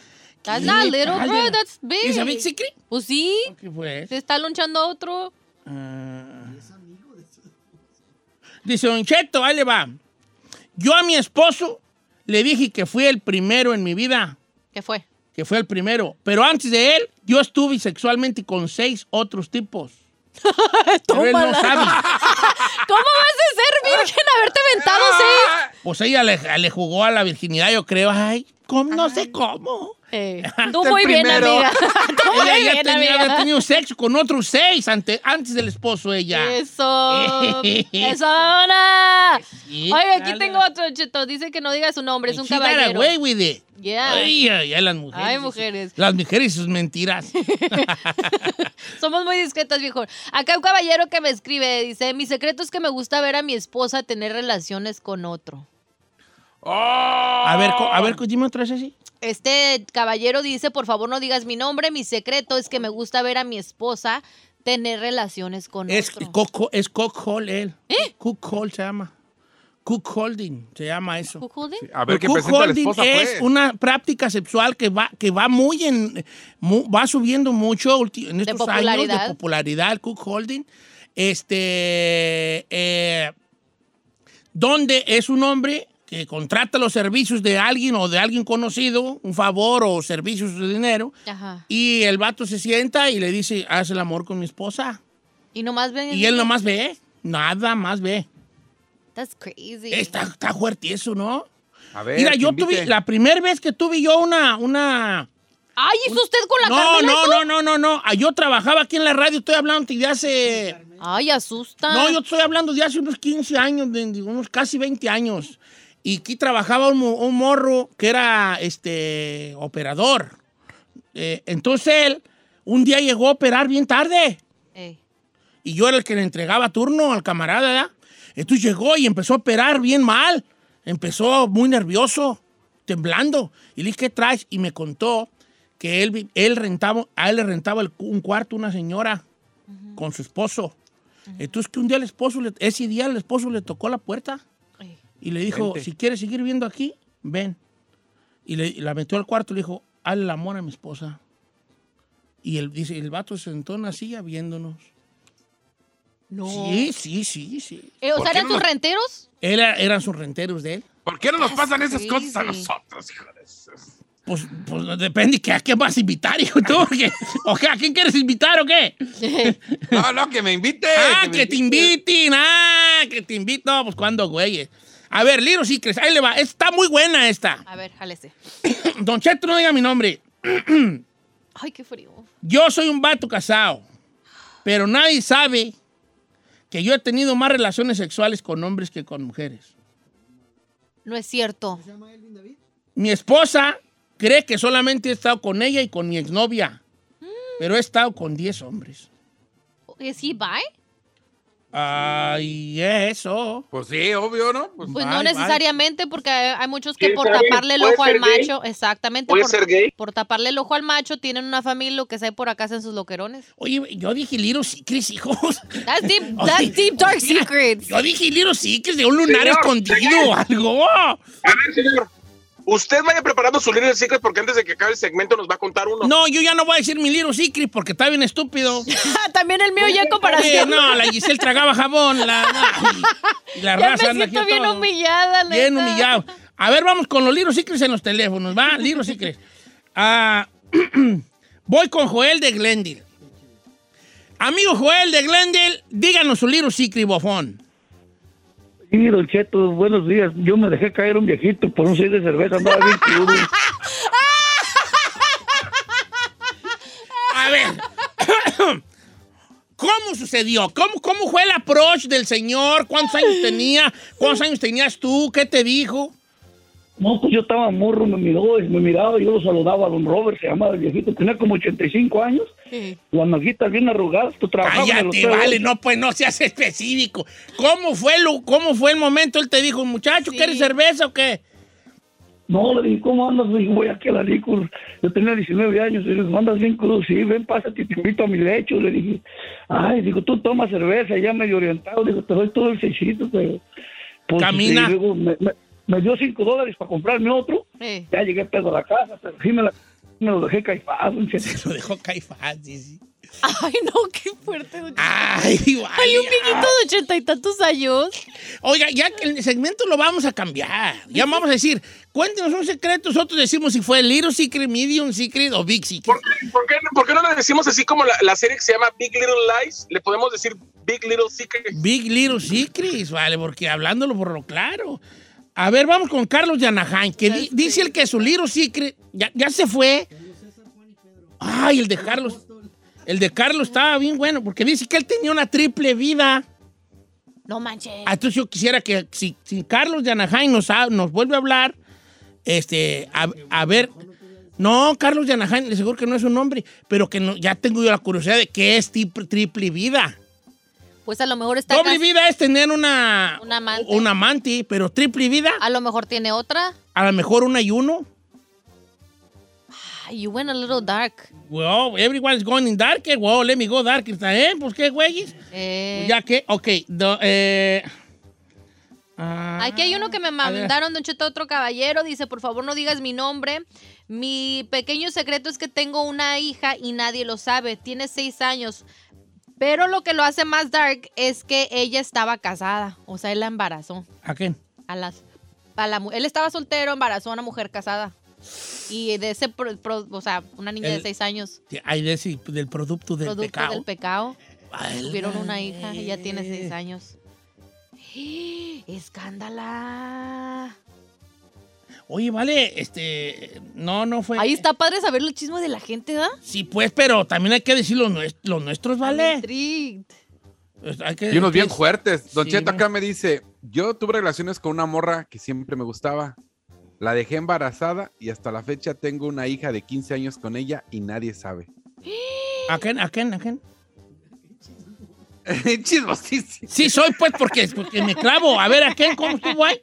Speaker 2: That's
Speaker 1: ¿Qué
Speaker 2: not little,
Speaker 1: tal?
Speaker 2: bro, that's big.
Speaker 1: ¿Es a big secret?
Speaker 2: Pues sí,
Speaker 1: ¿Qué fue?
Speaker 2: se está lonchando a otro.
Speaker 1: Ah. Dice Don Cheto, ahí le va. Yo a mi esposo le dije que fui el primero en mi vida,
Speaker 2: ¿Qué fue?
Speaker 1: que fue el primero. Pero antes de él, yo estuve sexualmente con seis otros
Speaker 2: *laughs*
Speaker 1: tipos. Pero él no sabe.
Speaker 2: ¿Cómo vas a ser virgen haberte aventado seis?
Speaker 1: *laughs* Pues ella le, le jugó a la virginidad, yo creo. Ay, ¿cómo? no sé cómo.
Speaker 2: Eh, tú
Speaker 5: Hasta el
Speaker 2: muy bien,
Speaker 5: primero.
Speaker 1: *laughs*
Speaker 2: amiga. Tú muy
Speaker 1: Ella ya
Speaker 2: bien,
Speaker 1: tenía, había
Speaker 2: amiga.
Speaker 1: tenido sexo con otros seis ante- antes del esposo ella. *laughs*
Speaker 2: Eso. Eso, Ana.
Speaker 1: Sí,
Speaker 2: Oye, aquí
Speaker 1: dale.
Speaker 2: tengo otro cheto. Dice que no diga su nombre, es un
Speaker 1: And she got
Speaker 2: caballero.
Speaker 1: away with it.
Speaker 2: Yeah.
Speaker 1: Ay, ay, ay, las mujeres.
Speaker 2: Ay, mujeres.
Speaker 1: Las mujeres y sus mentiras.
Speaker 2: Somos muy discretas, viejo. Acá un caballero que me escribe dice: Mi secreto es que me gusta ver a mi esposa tener relaciones con otro.
Speaker 1: A ver, co-
Speaker 2: *laughs*
Speaker 1: a ver, co- dime otra vez así.
Speaker 2: Este caballero dice, por favor no digas mi nombre, mi secreto es que me gusta ver a mi esposa tener relaciones con
Speaker 1: Es
Speaker 2: otro. ¿Eh?
Speaker 1: Coco, es Coco Hall, él. Cook Hall se llama. Cook Holding se llama eso.
Speaker 2: ¿Who holding?
Speaker 5: A ver
Speaker 1: El
Speaker 5: qué
Speaker 1: cook
Speaker 5: presenta la
Speaker 1: holding
Speaker 5: esposa,
Speaker 1: es
Speaker 5: pues.
Speaker 1: una práctica sexual que va, que va muy en mu- va subiendo mucho ulti- en estos años de
Speaker 2: popularidad.
Speaker 1: popularidad el cook holding este eh, donde es un hombre que contrata los servicios de alguien o de alguien conocido un favor o servicios de dinero
Speaker 2: Ajá.
Speaker 1: y el vato se sienta y le dice haz el amor con mi esposa
Speaker 2: Y nomás ven.
Speaker 1: y él nomás ve nada más ve
Speaker 2: That's crazy.
Speaker 1: está, está fuerte eso no
Speaker 5: A ver,
Speaker 1: Mira,
Speaker 5: que
Speaker 1: yo
Speaker 5: invite.
Speaker 1: tuve, la primera vez que tuve yo una, una...
Speaker 2: Ay, ¿es usted con la
Speaker 1: No,
Speaker 2: Carmela
Speaker 1: no, no,
Speaker 2: eso?
Speaker 1: no, no, no. Ah, Yo trabajaba aquí en la radio, estoy hablando de hace...
Speaker 2: Ay, asusta.
Speaker 1: No, yo estoy hablando de hace unos 15 años, de, de unos casi 20 años. Y aquí trabajaba un, mo- un morro que era este operador. Eh, entonces él un día llegó a operar bien tarde.
Speaker 2: Ey.
Speaker 1: Y yo era el que le entregaba turno al camarada, ¿verdad? Entonces llegó y empezó a operar bien mal. Empezó muy nervioso, temblando. Y le dije, ¿qué traes? Y me contó que él, vi- él rentaba, a él le rentaba el cu- un cuarto una señora con su esposo. Entonces que un día el esposo, le- ese día el esposo le tocó la puerta
Speaker 2: Ey.
Speaker 1: y le dijo,
Speaker 5: Vente.
Speaker 1: si quieres seguir viendo aquí, ven. Y, le, y la metió al cuarto y le dijo, hazle el amor a mi esposa. Y el, dice, el vato se sentó en la silla viéndonos.
Speaker 2: No.
Speaker 1: Sí, sí, sí, sí.
Speaker 2: Eh, o
Speaker 5: ¿Por
Speaker 2: sea,
Speaker 5: qué
Speaker 2: eran
Speaker 5: no
Speaker 2: sus
Speaker 5: nos-
Speaker 2: renteros.
Speaker 1: Era- eran sus renteros de él.
Speaker 5: ¿Por qué no nos pasan esas
Speaker 2: crazy.
Speaker 5: cosas a nosotros, hijo de eso?
Speaker 1: Pues, pues depende que a quién vas a invitar, *laughs* hijo tú. Porque, o sea, ¿a quién quieres invitar o qué?
Speaker 5: No, no, que me invite.
Speaker 1: ah, que,
Speaker 5: me
Speaker 1: te inviten, ah, que te invito. No, pues cuando, güey. A ver, Liro Secrets, ahí le va. Está muy buena esta.
Speaker 2: A ver, jálese.
Speaker 1: Don Cheto, no diga mi nombre.
Speaker 2: Ay, qué frío.
Speaker 1: Yo soy un vato casado, pero nadie sabe que yo he tenido más relaciones sexuales con hombres que con mujeres.
Speaker 2: No es cierto.
Speaker 1: Mi esposa cree que solamente he estado con ella y con mi exnovia, pero he estado con 10 hombres.
Speaker 2: ¿Es he bi?
Speaker 1: Ay, eso.
Speaker 5: Pues sí, obvio, ¿no? Pues,
Speaker 2: Pues
Speaker 1: Bye,
Speaker 2: no
Speaker 1: bye.
Speaker 2: necesariamente, porque hay hay muchos que
Speaker 3: Sí,
Speaker 2: por
Speaker 3: está bien.
Speaker 2: taparle el
Speaker 3: Puede
Speaker 2: ojo al
Speaker 3: ser gay.
Speaker 2: macho, exactamente,
Speaker 3: Puede
Speaker 2: por,
Speaker 3: ser gay.
Speaker 2: por taparle el ojo al macho, tienen una familia, lo que sea, por acá hacen sus loquerones.
Speaker 1: Oye, yo dije Little Secrets, hijos.
Speaker 2: That's deep,
Speaker 1: *laughs* Oye,
Speaker 2: that's deep *laughs* dark
Speaker 1: oiga,
Speaker 2: secrets.
Speaker 1: Yo dije Little Secrets de un lunar
Speaker 3: Señor,
Speaker 1: escondido o
Speaker 3: señor.
Speaker 1: algo.
Speaker 3: A ver, señor. Usted vaya preparando su líder de secret porque antes de que acabe el segmento nos va a contar uno.
Speaker 1: No, yo ya no voy a decir mi Little Secret porque está bien
Speaker 2: *laughs*
Speaker 1: estúpido.
Speaker 2: *laughs* También el mío ya en
Speaker 1: Oye,
Speaker 2: comparación.
Speaker 1: no, la Giselle tragaba jabón. La, y la
Speaker 2: *laughs* Ya me
Speaker 1: raza anda aquí
Speaker 2: siento
Speaker 1: a
Speaker 2: bien
Speaker 1: todo.
Speaker 2: humillada, la
Speaker 1: Bien
Speaker 2: neta.
Speaker 1: humillado. A ver, vamos con los Little Secrets en los teléfonos, ¿va? Little Secrets. Ah, *clears throat* voy con Joel de Glendale. Amigo Joel de Glendale, díganos su Little Secret, bofón.
Speaker 7: Sí, Don Cheto, buenos días. Yo me dejé caer un viejito por un seis de cerveza, andaba bien crudo.
Speaker 1: A ver. *coughs* ¿Cómo sucedió? ¿Cómo, ¿Cómo fue el approach del señor? ¿Cuántos años tenía? ¿Cuántos años tenías tú? ¿Qué te dijo?
Speaker 7: No, pues yo estaba morro, me miró, y me miraba, yo lo saludaba a Don Robert, se llamaba el viejito, tenía como 85 años,
Speaker 2: Sí.
Speaker 7: las nalguitas bien arrugadas, tú trabajabas en el
Speaker 1: Cállate,
Speaker 7: hotel.
Speaker 1: vale, no, pues no seas específico. ¿Cómo fue, lo, ¿Cómo fue el momento? Él te dijo, muchacho,
Speaker 2: Sí.
Speaker 1: ¿quieres cerveza o qué?
Speaker 7: No, le dije, ¿cómo andas? Le dije, voy aquí a la licor. Yo tenía 19 años, y le dije, andas bien crudo, sí, ven, pásate, te invito a mi lecho. Le dije, ay, digo, tú tomas cerveza, ya medio orientado, digo, te doy todo el seisito, pero... Pues,
Speaker 1: Camina.
Speaker 7: y luego me, me- me dio 5 dólares para comprarme otro.
Speaker 2: Eh.
Speaker 7: Ya llegué pedo a la casa, pero sí me, la- me lo dejé caifado. un cheto.
Speaker 1: Lo dejó Caifás, sí, sí.
Speaker 2: Ay, no, qué fuerte. don Cheto.
Speaker 1: Ay, *laughs* vale.
Speaker 2: Hay un viejito de ochenta y tantos años.
Speaker 1: Oiga, ya que el segmento lo vamos a cambiar. Ya vamos a decir, cuéntenos un secreto. Nosotros decimos si fue Little Secret, Medium Secret o Big Secret.
Speaker 3: ¿Por, qué- por qué, por qué no le decimos así como la, la serie que se llama Big Little Lies? Le podemos decir Big Little Secret.
Speaker 1: Big Little Secrets, vale, porque hablándolo por lo claro. A ver, vamos con Carlos Yanahan, que di- dice el que su libro sí cre- ya, ya se fue. Ay, el de Carlos. El de Carlos estaba bien bueno, porque dice que él tenía una triple vida.
Speaker 2: No manches.
Speaker 1: Ah, Entonces yo quisiera que si, si Carlos Yanahan nos, ha- nos vuelve a hablar, este, a, a ver. No, Carlos Yanahan, le seguro que no es un nombre, pero que no- ya tengo yo la curiosidad de qué es tip- triple vida.
Speaker 2: Pues a lo mejor está
Speaker 1: Doble
Speaker 2: cas-
Speaker 1: vida es tener una,
Speaker 2: Un amante. Ah.
Speaker 1: un amante, pero triple vida,
Speaker 2: A lo mejor tiene otra.
Speaker 1: a lo mejor una y uno.
Speaker 2: Ay, you went a little dark.
Speaker 1: Wow, everyone's going in dark. eh, Wow, let me go dark. ¿Eh? Pues qué, güeyes. Pues,
Speaker 2: Eh,
Speaker 1: Ya que, ok. do- eh, ah,
Speaker 2: Aquí hay uno que me
Speaker 1: a ver.
Speaker 2: mandaron de un cheto otro caballero. Dice, por favor, no digas mi nombre. Mi pequeño secreto es que tengo una hija y nadie lo sabe. Tiene seis años. Pero lo que lo hace más dark es que ella estaba casada. O sea, él la embarazó.
Speaker 1: ah, ¿A quién?
Speaker 2: A las, a la, mu- él estaba soltero, embarazó a una mujer casada. Y de ese, pro- pro- o sea, una niña
Speaker 1: El-
Speaker 2: de seis años,
Speaker 1: Sí, Ay, de ese- del producto del
Speaker 2: producto
Speaker 1: pecado.
Speaker 2: del pecado,
Speaker 1: Válgame.
Speaker 2: tuvieron una hija, ella tiene seis años. *gasps* ¡Escándala!
Speaker 1: Oye, vale, este. No, no fue.
Speaker 2: Ahí está padre saber los chismes de la gente, ¿da?
Speaker 1: Sí, pues, pero también hay que decir los, nues- los nuestros,
Speaker 2: I'm
Speaker 1: vale.
Speaker 2: intrigued.
Speaker 1: Hay que-
Speaker 5: Y unos bien
Speaker 1: pues,
Speaker 5: fuertes. Don
Speaker 1: sí,
Speaker 5: Cheto
Speaker 1: güey.
Speaker 5: acá me dice, yo tuve relaciones con una morra que siempre me gustaba. La dejé embarazada y hasta la fecha tengo una hija de 15 años con ella y nadie sabe. *laughs* ¿eh?
Speaker 1: ¿A quién? ¿A quién? ¿A quién?
Speaker 5: Chismosísimo.
Speaker 1: Sí, soy, pues, porque, porque me clavo. A ver, ¿a quién? ¿Cómo estuvo ahí?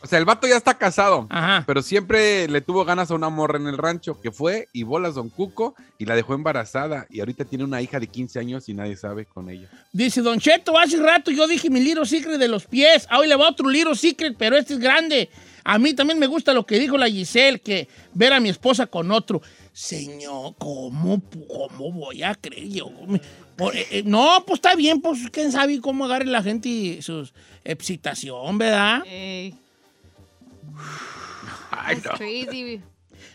Speaker 5: O sea, el vato ya está casado.
Speaker 2: Ah.
Speaker 1: Ajá.
Speaker 5: Pero siempre le tuvo ganas a una morra en el rancho que fue y bolas Don Cuco y la dejó embarazada y ahorita tiene una hija de 15 años y nadie sabe con ella.
Speaker 1: Dice Don Cheto, hace rato yo dije mi Little Secret de los pies. Ah, Hoy le va otro Little Secret, pero este es grande. A mí también me gusta lo que dijo la Giselle, que ver a mi esposa con otro. Señor, ¿cómo, pu- cómo voy a creer yo? Me- por- eh, eh, no, pues está bien, pues quién sabe cómo agarre la gente y su excitación, ¿verdad?
Speaker 2: Ey,
Speaker 5: Ay,
Speaker 2: that's crazy.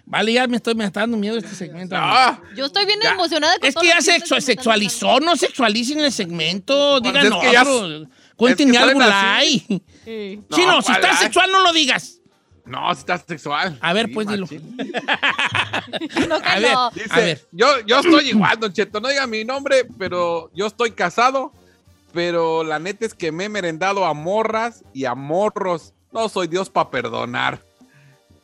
Speaker 1: Vale, ya me, estoy, me está dando miedo este segmento.
Speaker 5: ¡Ah!
Speaker 2: Yo estoy bien emocionada con
Speaker 1: Es
Speaker 2: todos
Speaker 1: que ya
Speaker 2: los chismes
Speaker 1: sexu-
Speaker 2: me están
Speaker 1: sexualizó, no sexualicen el segmento.
Speaker 5: Pues
Speaker 1: Digan
Speaker 5: es que ya-
Speaker 1: otro. Cuéntenme
Speaker 5: es que
Speaker 1: algo,
Speaker 5: salen
Speaker 1: la
Speaker 5: así.
Speaker 1: hay.
Speaker 2: mandando. Ey.
Speaker 5: No,
Speaker 1: sí, no, si
Speaker 5: ¿cuál
Speaker 1: estás
Speaker 5: hay?
Speaker 1: sexual, no lo digas.
Speaker 5: No, si estás sexual.
Speaker 1: A ver,
Speaker 5: Sí,
Speaker 1: pues dilo.
Speaker 5: machín.
Speaker 2: No, que
Speaker 1: a ver,
Speaker 2: no.
Speaker 5: Dice,
Speaker 1: a ver.
Speaker 5: Yo, yo estoy igual, Don Cheto. No diga mi nombre, pero yo estoy casado. Pero la neta es que me he merendado a morras y a morros. No soy Dios para perdonar.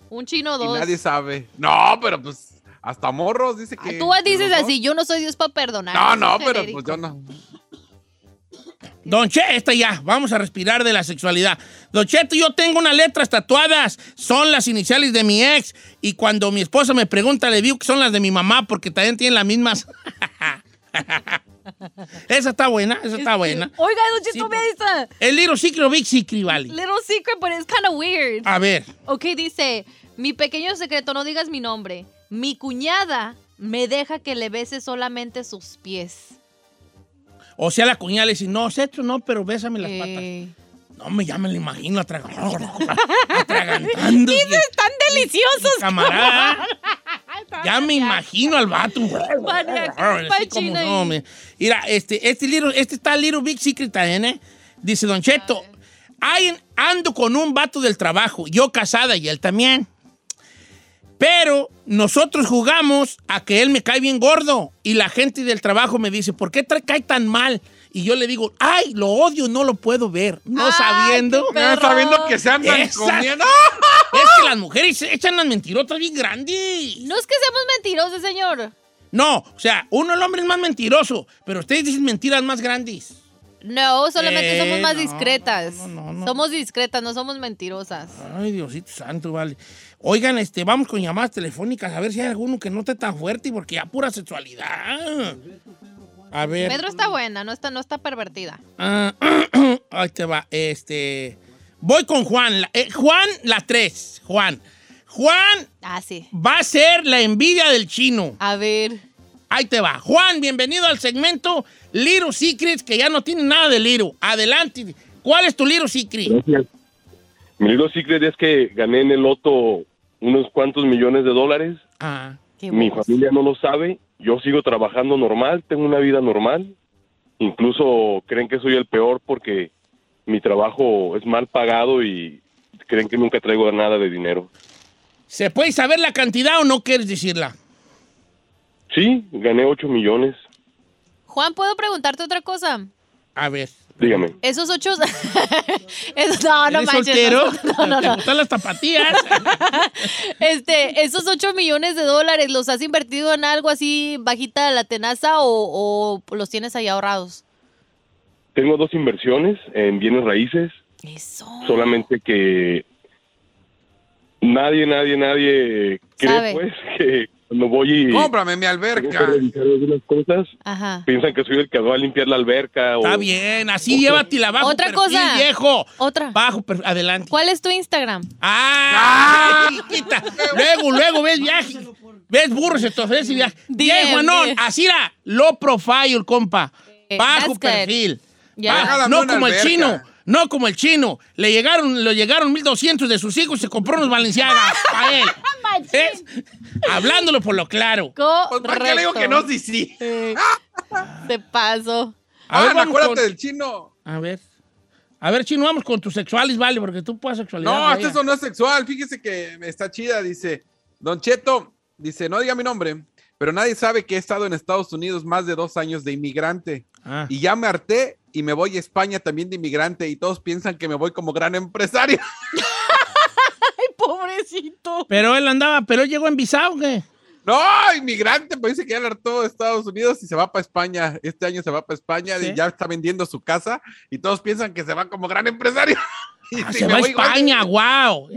Speaker 2: Un chino
Speaker 5: Y
Speaker 2: dos.
Speaker 5: nadie sabe. No, pero pues hasta morros dice
Speaker 2: Ah,
Speaker 5: que.
Speaker 2: Tú dices
Speaker 5: ¿no?
Speaker 2: así, yo no soy Dios para perdonar.
Speaker 5: No, no,
Speaker 2: Eso es
Speaker 5: pero
Speaker 2: genérico.
Speaker 5: pues yo no.
Speaker 1: Don Che, esta ya, vamos a respirar de la sexualidad. Don Cheto, yo tengo unas letras tatuadas, son las iniciales de mi ex. Y cuando mi esposa me pregunta, le digo que son las de mi mamá, porque también tienen las mismas. *laughs* esa está buena, esa está buena.
Speaker 2: Oiga, es un
Speaker 1: Sí,
Speaker 2: chiste
Speaker 1: pues.
Speaker 2: comedia.
Speaker 1: El Little Secret o Big Secret, vale.
Speaker 2: Little secret, but it's kind of weird.
Speaker 5: Ah.
Speaker 1: A ver,
Speaker 2: Ok, dice, mi pequeño secreto, no digas mi nombre. Mi cuñada me deja que le bese solamente sus pies.
Speaker 1: o sea, la cuñada le dice, no, sexo no, pero bésame las patas.
Speaker 2: Eh,
Speaker 1: No, me ya me lo imagino *laughs* atragan-
Speaker 2: *laughs*
Speaker 1: atragantándose.
Speaker 2: ¡Tan deliciosos! *laughs*
Speaker 1: Camarada. Ya me imagino al vato.
Speaker 2: Maniaco,
Speaker 1: Así como
Speaker 2: pachina
Speaker 1: no,
Speaker 2: ahí.
Speaker 1: me- Mira, este, este, little- este está Little Big Secret también, ¿eh? Dice Don Cheto, "Ay, ando con un vato del trabajo, yo casada y él también. Pero nosotros jugamos a que él me cae bien gordo y la gente del trabajo me dice, ¿por qué te cae tan mal? Y yo le digo, ay, lo odio, no lo puedo ver, no
Speaker 2: Ay,
Speaker 1: sabiendo.
Speaker 2: qué
Speaker 5: No, sabiendo que se andan
Speaker 1: Esas-
Speaker 5: comiendo.
Speaker 1: Es que las mujeres se echan las mentirotas bien grandes.
Speaker 2: No es que seamos mentirosos, señor.
Speaker 1: No, o sea, uno el hombre es más mentiroso, pero ustedes dicen mentiras más grandes.
Speaker 2: No, solamente
Speaker 1: Eh,
Speaker 2: somos más
Speaker 1: no,
Speaker 2: discretas.
Speaker 1: no, no, no, no.
Speaker 2: Somos discretas, no somos mentirosas.
Speaker 1: Ay, Diosito santo, vale. Oigan, este, vamos con llamadas telefónicas a ver si hay alguno que no esté tan fuerte porque ya pura sexualidad. A ver.
Speaker 2: Pedro está buena, no está, no está pervertida.
Speaker 1: ah, *clears throat* ahí te va. Este. Voy con Juan. la- eh, Juan, la 3. Juan. Juan
Speaker 2: Ah, sí.
Speaker 1: va a ser la envidia del chino.
Speaker 2: A ver.
Speaker 1: Ahí te va. Juan, bienvenido al segmento Little Secrets, que ya no tiene nada de Little. Adelante. ¿Cuál es tu Little Secret?
Speaker 8: Mi libro secret es que gané en el loto unos cuantos millones de dólares.
Speaker 1: Ah,
Speaker 2: qué
Speaker 8: Mi
Speaker 2: bobos.
Speaker 8: familia no lo sabe. Yo sigo trabajando normal, tengo una vida normal. Incluso creen que soy el peor porque mi trabajo es mal pagado y creen que nunca traigo nada de dinero.
Speaker 1: ¿Se puede saber la cantidad o no quieres decirla?
Speaker 8: Sí, gané 8 millones.
Speaker 2: Juan, ¿puedo preguntarte otra cosa?
Speaker 1: A ver.
Speaker 8: Dígame.
Speaker 2: Esos ocho... *laughs* Es- Ah, no, no
Speaker 1: ¿Eres
Speaker 2: manches.
Speaker 1: soltero?
Speaker 2: No, no,
Speaker 1: ¿Te
Speaker 2: no.
Speaker 1: gustan las zapatillas?
Speaker 2: Este, esos ocho millones de dólares, ¿los has invertido en algo así bajita de la tenaza o, o los tienes ahí ahorrados?
Speaker 8: Tengo dos inversiones en bienes raíces,
Speaker 2: Eso.
Speaker 8: solamente que nadie, nadie, nadie cree
Speaker 2: Sabe.
Speaker 8: pues que cuando voy y
Speaker 5: Cómprame mi
Speaker 8: tengo que
Speaker 5: alberca.
Speaker 8: revisar algunas cosas,
Speaker 2: Ajá.
Speaker 8: piensan que soy el que va a limpiar la alberca o
Speaker 1: Está bien, así llévatela bajo
Speaker 2: Otra
Speaker 1: perfil,
Speaker 2: cosa.
Speaker 1: viejo.
Speaker 2: Otra.
Speaker 1: Bajo perfil, adelante.
Speaker 2: ¿Cuál es tu Instagram?
Speaker 1: ¡Ah! chiquita! Luego, luego, ves viaje. Ves burro, se te ofrece y viaje.
Speaker 2: Bien,
Speaker 1: Bien, Juanón,
Speaker 2: bien.
Speaker 1: así era. Low profile, compa.
Speaker 2: Eh,
Speaker 1: Bajo
Speaker 2: that's good.
Speaker 1: perfil.
Speaker 2: Ya.
Speaker 1: Bajo-
Speaker 5: Regálame
Speaker 1: no
Speaker 5: una
Speaker 1: como el
Speaker 5: alberca.
Speaker 1: chino. No como el chino. Le llegaron, le llegaron 1200 de sus hijos y se compró unos
Speaker 2: *laughs*
Speaker 1: Valenciaga para él. ¿Ves? Hablándolo por lo claro.
Speaker 5: Pues,
Speaker 2: Correcto.
Speaker 5: ¿para qué le digo que no? Sí, sí.
Speaker 2: Te paso.
Speaker 1: A ver,
Speaker 5: Ah,
Speaker 1: vamos
Speaker 5: acuérdate
Speaker 1: con-
Speaker 5: del chino.
Speaker 1: A ver. A ver, chino, vamos con tus sexuales, vale, porque tú puedes sexualidad.
Speaker 5: No,
Speaker 1: vaya.
Speaker 5: hasta eso no es sexual. Fíjese que está chida, dice. Don Cheto, dice, no diga mi nombre, pero nadie sabe que he estado en Estados Unidos más de dos años de inmigrante.
Speaker 1: Ah.
Speaker 5: Y ya me harté y me voy a España también de inmigrante y todos piensan que me voy como gran
Speaker 2: *laughs*
Speaker 5: empresario. *laughs*
Speaker 2: Ay, pobrecito.
Speaker 1: Pero él andaba, pero él llegó en visado, ¿qué?
Speaker 5: No, inmigrante, pues dice que ya le hartó de Estados Unidos y se va para España. Este año se va para España
Speaker 1: ¿Sí?
Speaker 5: y ya está vendiendo su casa y todos piensan que se va como gran empresario. *laughs* Y
Speaker 1: Ah,
Speaker 5: si
Speaker 1: se
Speaker 5: me
Speaker 1: va a
Speaker 5: voy igual-
Speaker 1: España, wow.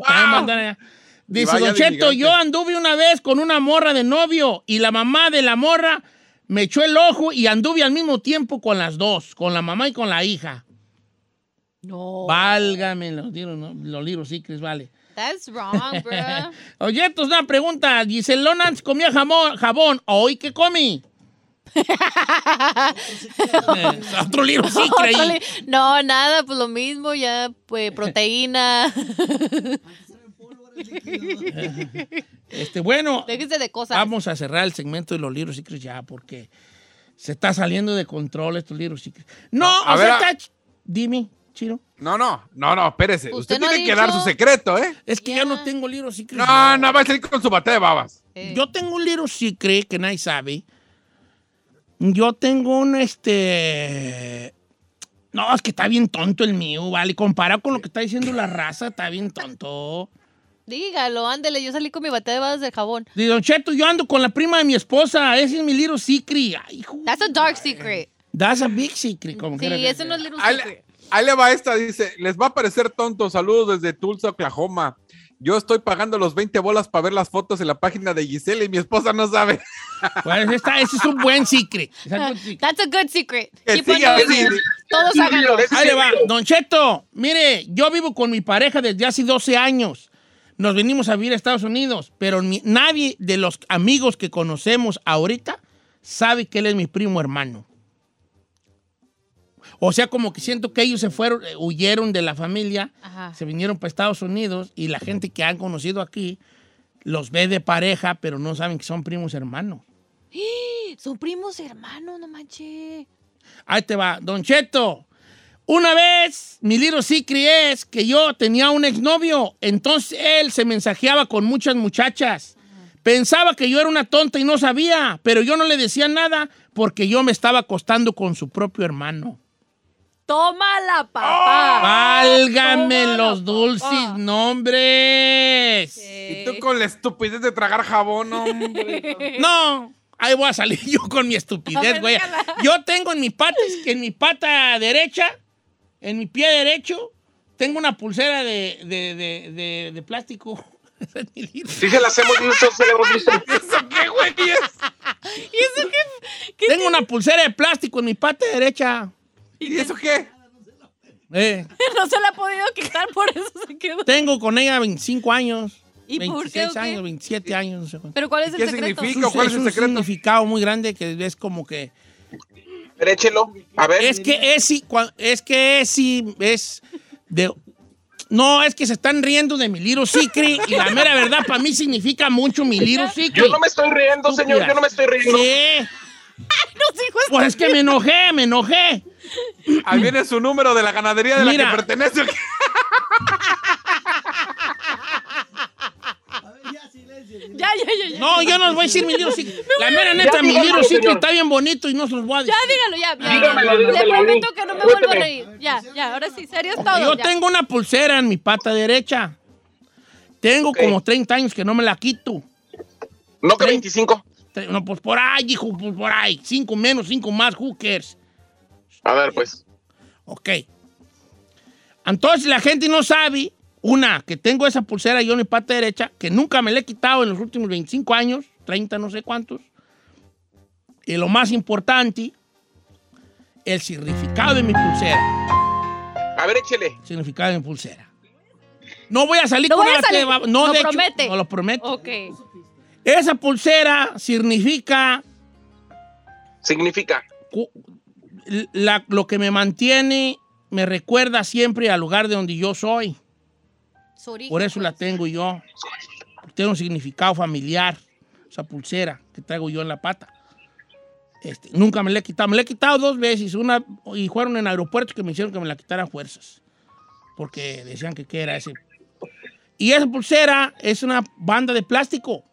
Speaker 1: Dice,
Speaker 5: vaya
Speaker 1: Don
Speaker 5: de
Speaker 1: Cheto,
Speaker 5: inmigrante.
Speaker 1: yo anduve una vez con una morra de novio y la mamá de la morra me echó el ojo y anduve al mismo tiempo con las dos, con la mamá y con la hija.
Speaker 2: No.
Speaker 5: Oh.
Speaker 1: Válgame, los libros, ¿no? los libros sí, Cris, vale.
Speaker 2: That's wrong,
Speaker 1: *laughs*
Speaker 2: *laughs* bro.
Speaker 1: Oye, esto es una pregunta. Dice, Lonans comía jamón, jabón, ¿hoy qué comí? Eh, Otro libro sí, creí.
Speaker 2: No, nada, pues lo mismo, ya,
Speaker 1: *laughs*
Speaker 2: pues proteína. *laughs*
Speaker 1: Este, bueno,
Speaker 2: Déjense de cosas.
Speaker 1: Vamos a cerrar el segmento de los libros secrets ya, porque se está saliendo de control estos libros secrets. No,
Speaker 5: A
Speaker 1: o
Speaker 5: ver,
Speaker 1: sea,
Speaker 5: a-
Speaker 1: está ch- Dime, Chiro.
Speaker 5: No, no, no, no, espérese.
Speaker 2: Usted
Speaker 5: Usted,
Speaker 2: no ha
Speaker 5: tiene que dar
Speaker 2: dicho-
Speaker 5: su secreto, ¿eh?
Speaker 1: Es que
Speaker 2: Ya.
Speaker 1: yo no tengo libros secrets.
Speaker 5: No, no, va a salir con su bate de babas.
Speaker 2: Eh,
Speaker 1: Yo tengo un libro secret que nadie sabe. Yo tengo un este. No, es que está bien tonto el mío, vale. Comparado con lo que está diciendo la raza, está bien tonto.
Speaker 2: Dígalo, ándele, yo salí con mi batea de balas de jabón.
Speaker 1: Dice, Don Cheto, yo ando con la prima de mi esposa. Ese es mi libro secret. Ay, hijo.
Speaker 2: That's a dark secret.
Speaker 1: That's a big secret. Como
Speaker 2: Sí,
Speaker 1: quiera que
Speaker 2: ese
Speaker 1: sea.
Speaker 2: no es little
Speaker 5: Ahí,
Speaker 2: secret.
Speaker 5: le- ahí le va esta, dice, les va a parecer tonto. Saludos desde Tulsa, Oklahoma. Yo estoy pagando los 20 bolas para ver las fotos en la página de Giselle y mi esposa no sabe.
Speaker 1: Pues esta, ese es un buen secret. Ese *laughs* es un buen secret.
Speaker 2: Ah, That's a good secret.
Speaker 5: Que
Speaker 2: Keep on
Speaker 5: siga
Speaker 2: doing
Speaker 5: así.
Speaker 2: it. Todos háganlo.
Speaker 1: Pues Ahí le va. Don Cheto, mire, yo vivo con mi pareja desde hace 12 años. Nos venimos a vivir a Estados Unidos, pero ni- nadie de los amigos que conocemos ahorita sabe que él es mi primo hermano. O sea, como que siento que ellos se fueron, eh, huyeron de la familia,
Speaker 2: Ajá.
Speaker 1: se vinieron para Estados Unidos y la gente que han conocido aquí los ve de pareja, pero no saben que son primos hermanos.
Speaker 2: Son primos hermanos, no manches.
Speaker 1: Ahí te va, Don Cheto. Una vez, mi little secret es que yo tenía un exnovio, entonces él se mensajeaba con muchas muchachas. Pensaba que yo era una tonta y no sabía, pero yo no le decía nada porque yo me estaba acostando con su propio hermano.
Speaker 2: Tómala, papá.
Speaker 1: ¡Oh! ¡Válgame
Speaker 2: Tómala,
Speaker 1: los
Speaker 2: papá.
Speaker 1: dulces nombres!
Speaker 5: Y tú con la estupidez de tragar jabón, *laughs* hombre.
Speaker 1: No, ahí voy a salir *laughs* yo con mi estupidez, güey. Yo tengo en mi pata, en mi pata derecha, en mi pie derecho, tengo una pulsera de, de, de, de, de plástico. *laughs* Esa es mi libro.
Speaker 3: Sí, se la hacemos nosotros, se la hemos visto.
Speaker 5: ¿Eso qué, güey?
Speaker 2: ¿Y eso qué? qué
Speaker 1: tengo una pulsera de plástico en mi pata derecha.
Speaker 5: ¿Y eso qué?
Speaker 1: Eh,
Speaker 2: *laughs* no se la ha podido quitar, por eso se quedó.
Speaker 1: tengo con ella 25 años.
Speaker 2: ¿Y por qué,
Speaker 1: 26
Speaker 2: o qué?
Speaker 1: años, 27 años. no sé cuánto.
Speaker 2: Pero ¿cuál es el
Speaker 5: ¿Qué
Speaker 2: secreto?
Speaker 5: significa? ¿Cuál es el
Speaker 1: un
Speaker 5: secreto?
Speaker 1: significado muy grande que es como que...
Speaker 3: A ver, échelo. A ver.
Speaker 1: Es que Esi, cua- es que Esi es de... No, es que se están riendo de mi Little Secret y la mera verdad para mí significa mucho mi Little Secret.
Speaker 3: Yo no me estoy riendo,
Speaker 1: Tú
Speaker 3: señor, yo no me estoy riendo.
Speaker 1: Sí,
Speaker 2: *laughs*
Speaker 1: *laughs*
Speaker 2: Los hijos-
Speaker 1: pues es que me enojé, me enojé.
Speaker 5: Ahí viene su número de la ganadería de
Speaker 1: Mira.
Speaker 5: la que pertenece.
Speaker 1: No, yo no les voy a decir mi libro
Speaker 3: *laughs*
Speaker 1: secret. La mera neta, mi
Speaker 3: dígalo,
Speaker 1: libro secret
Speaker 3: señor.
Speaker 1: está bien bonito y no se los voy a decir.
Speaker 2: Ya, dígalo, ya. ya.
Speaker 3: Dígamelo,
Speaker 2: Le
Speaker 3: dígamelo,
Speaker 2: prometo
Speaker 3: Luis.
Speaker 2: que no me vuelvo a
Speaker 3: Cuénteme.
Speaker 2: reír. Ya, ya, ahora sí, serio es todo.
Speaker 1: Yo
Speaker 2: ya.
Speaker 1: tengo una pulsera en mi pata derecha. Tengo
Speaker 3: Ok.
Speaker 1: como 30 años que no me la quito.
Speaker 3: No que
Speaker 1: Sí.
Speaker 3: 25.
Speaker 1: Tre- No, pues por ahí, hijo, pues por ahí. Cinco menos, cinco más, hookers.
Speaker 3: A ver, pues.
Speaker 1: Ok. Entonces la gente no sabe, una, que tengo esa pulsera yo en mi parte derecha, que nunca me la he quitado en los últimos 25 años, 30, no sé cuántos. Y lo más importante, el significado de mi pulsera.
Speaker 3: A ver, échele.
Speaker 1: Significado de mi pulsera. No voy a salir
Speaker 2: No
Speaker 1: con
Speaker 2: voy a
Speaker 1: una
Speaker 2: salir.
Speaker 1: baba- No,
Speaker 2: Lo
Speaker 1: de hecho,
Speaker 2: promete.
Speaker 1: no lo prometo.
Speaker 2: Ok.
Speaker 1: Esa pulsera significa
Speaker 3: Significa.
Speaker 1: cu- la- lo que me mantiene, me recuerda siempre al lugar de donde yo soy.
Speaker 2: Su origen,
Speaker 1: Por eso la
Speaker 2: pues.
Speaker 1: tengo yo. Tiene un significado familiar, esa pulsera que traigo yo en la pata. Este, nunca me la he quitado. Me la he quitado dos veces. Una, y fueron en aeropuertos que me hicieron que me la quitaran fuerzas. Porque decían que qué era ese. Y esa pulsera es una banda de plástico.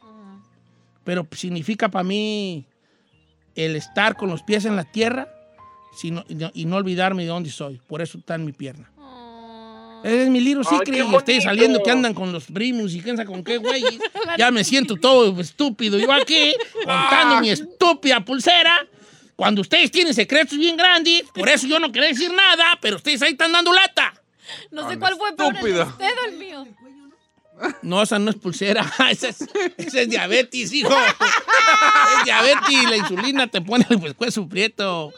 Speaker 1: Pero significa para mí el estar con los pies en la tierra sino- y no- y no olvidarme de dónde soy. Por eso está en mi pierna. Ese es mi libro
Speaker 3: Ay,
Speaker 1: secret
Speaker 3: qué
Speaker 1: y ustedes
Speaker 3: bonito.
Speaker 1: saliendo que andan con los primos y quién sabe con qué
Speaker 3: *laughs*
Speaker 1: güey. ya me siento todo estúpido. Yo aquí contando mi estúpida pulsera. Cuando ustedes tienen secretos bien grandes, por eso yo no quería decir nada, pero ustedes ahí están dando lata.
Speaker 2: No
Speaker 5: Ah,
Speaker 2: sé cuál fue peor, el de
Speaker 5: estúpido.
Speaker 2: usted o el mío.
Speaker 1: No, esa no es pulsera, *laughs* esa es, esa es diabetes, hijo. es diabetes, la insulina te pone el pescuezo prieto.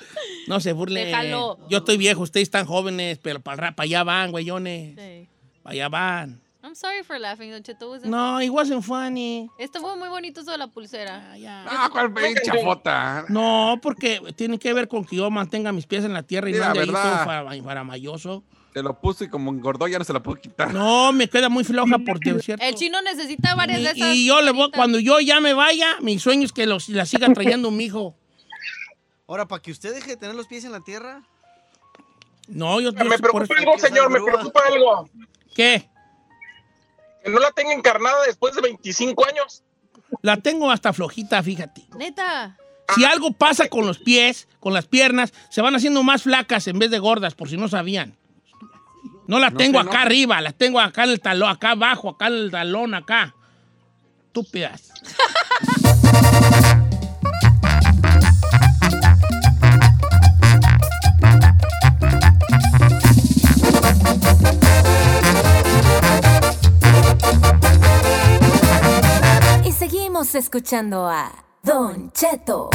Speaker 1: No se burlen.
Speaker 2: Déjalo.
Speaker 1: Yo estoy viejo, ustedes están jóvenes, pero para allá van, güeyones.
Speaker 2: Sí.
Speaker 1: Para allá van.
Speaker 2: I'm sorry for laughing, Don Cheto. Wasn't-
Speaker 1: No, it wasn't funny.
Speaker 2: Estuvo muy bonito eso de la pulsera.
Speaker 1: Ah, ya.
Speaker 5: Ah, cuál pinche chafota.
Speaker 1: No, porque tiene que ver con que yo mantenga mis pies en la tierra y
Speaker 5: Mira,
Speaker 1: no ande ahí
Speaker 5: ¿verdad?
Speaker 1: todo fara- faramayoso.
Speaker 5: Te lo puso y como engordó ya no se la pudo quitar.
Speaker 1: No, me queda muy floja por Dios, ¿cierto?
Speaker 2: El chino necesita varias de
Speaker 1: y,
Speaker 2: esas.
Speaker 1: y yo le voy,
Speaker 2: pulseritas.
Speaker 1: cuando yo ya me vaya, mi sueño es que los, la siga trayendo mi hijo.
Speaker 9: Ahora, para que usted deje de tener los pies en la tierra,
Speaker 1: No, yo... yo
Speaker 3: Me
Speaker 1: por eso-
Speaker 3: preocupa algo, señor, me preocupa algo.
Speaker 1: ¿Qué?
Speaker 3: Que no la tenga encarnada después de 25 años.
Speaker 1: La tengo hasta flojita, fíjate.
Speaker 2: Neta.
Speaker 1: Si algo pasa con los pies, con las piernas, se van haciendo más flacas en vez de gordas, por si no sabían. No la
Speaker 5: No
Speaker 1: tengo
Speaker 5: sé, no.
Speaker 1: acá arriba, la tengo acá en el talón, acá abajo, acá en el talón, acá. Estúpidas.
Speaker 6: Y seguimos escuchando a Don Cheto.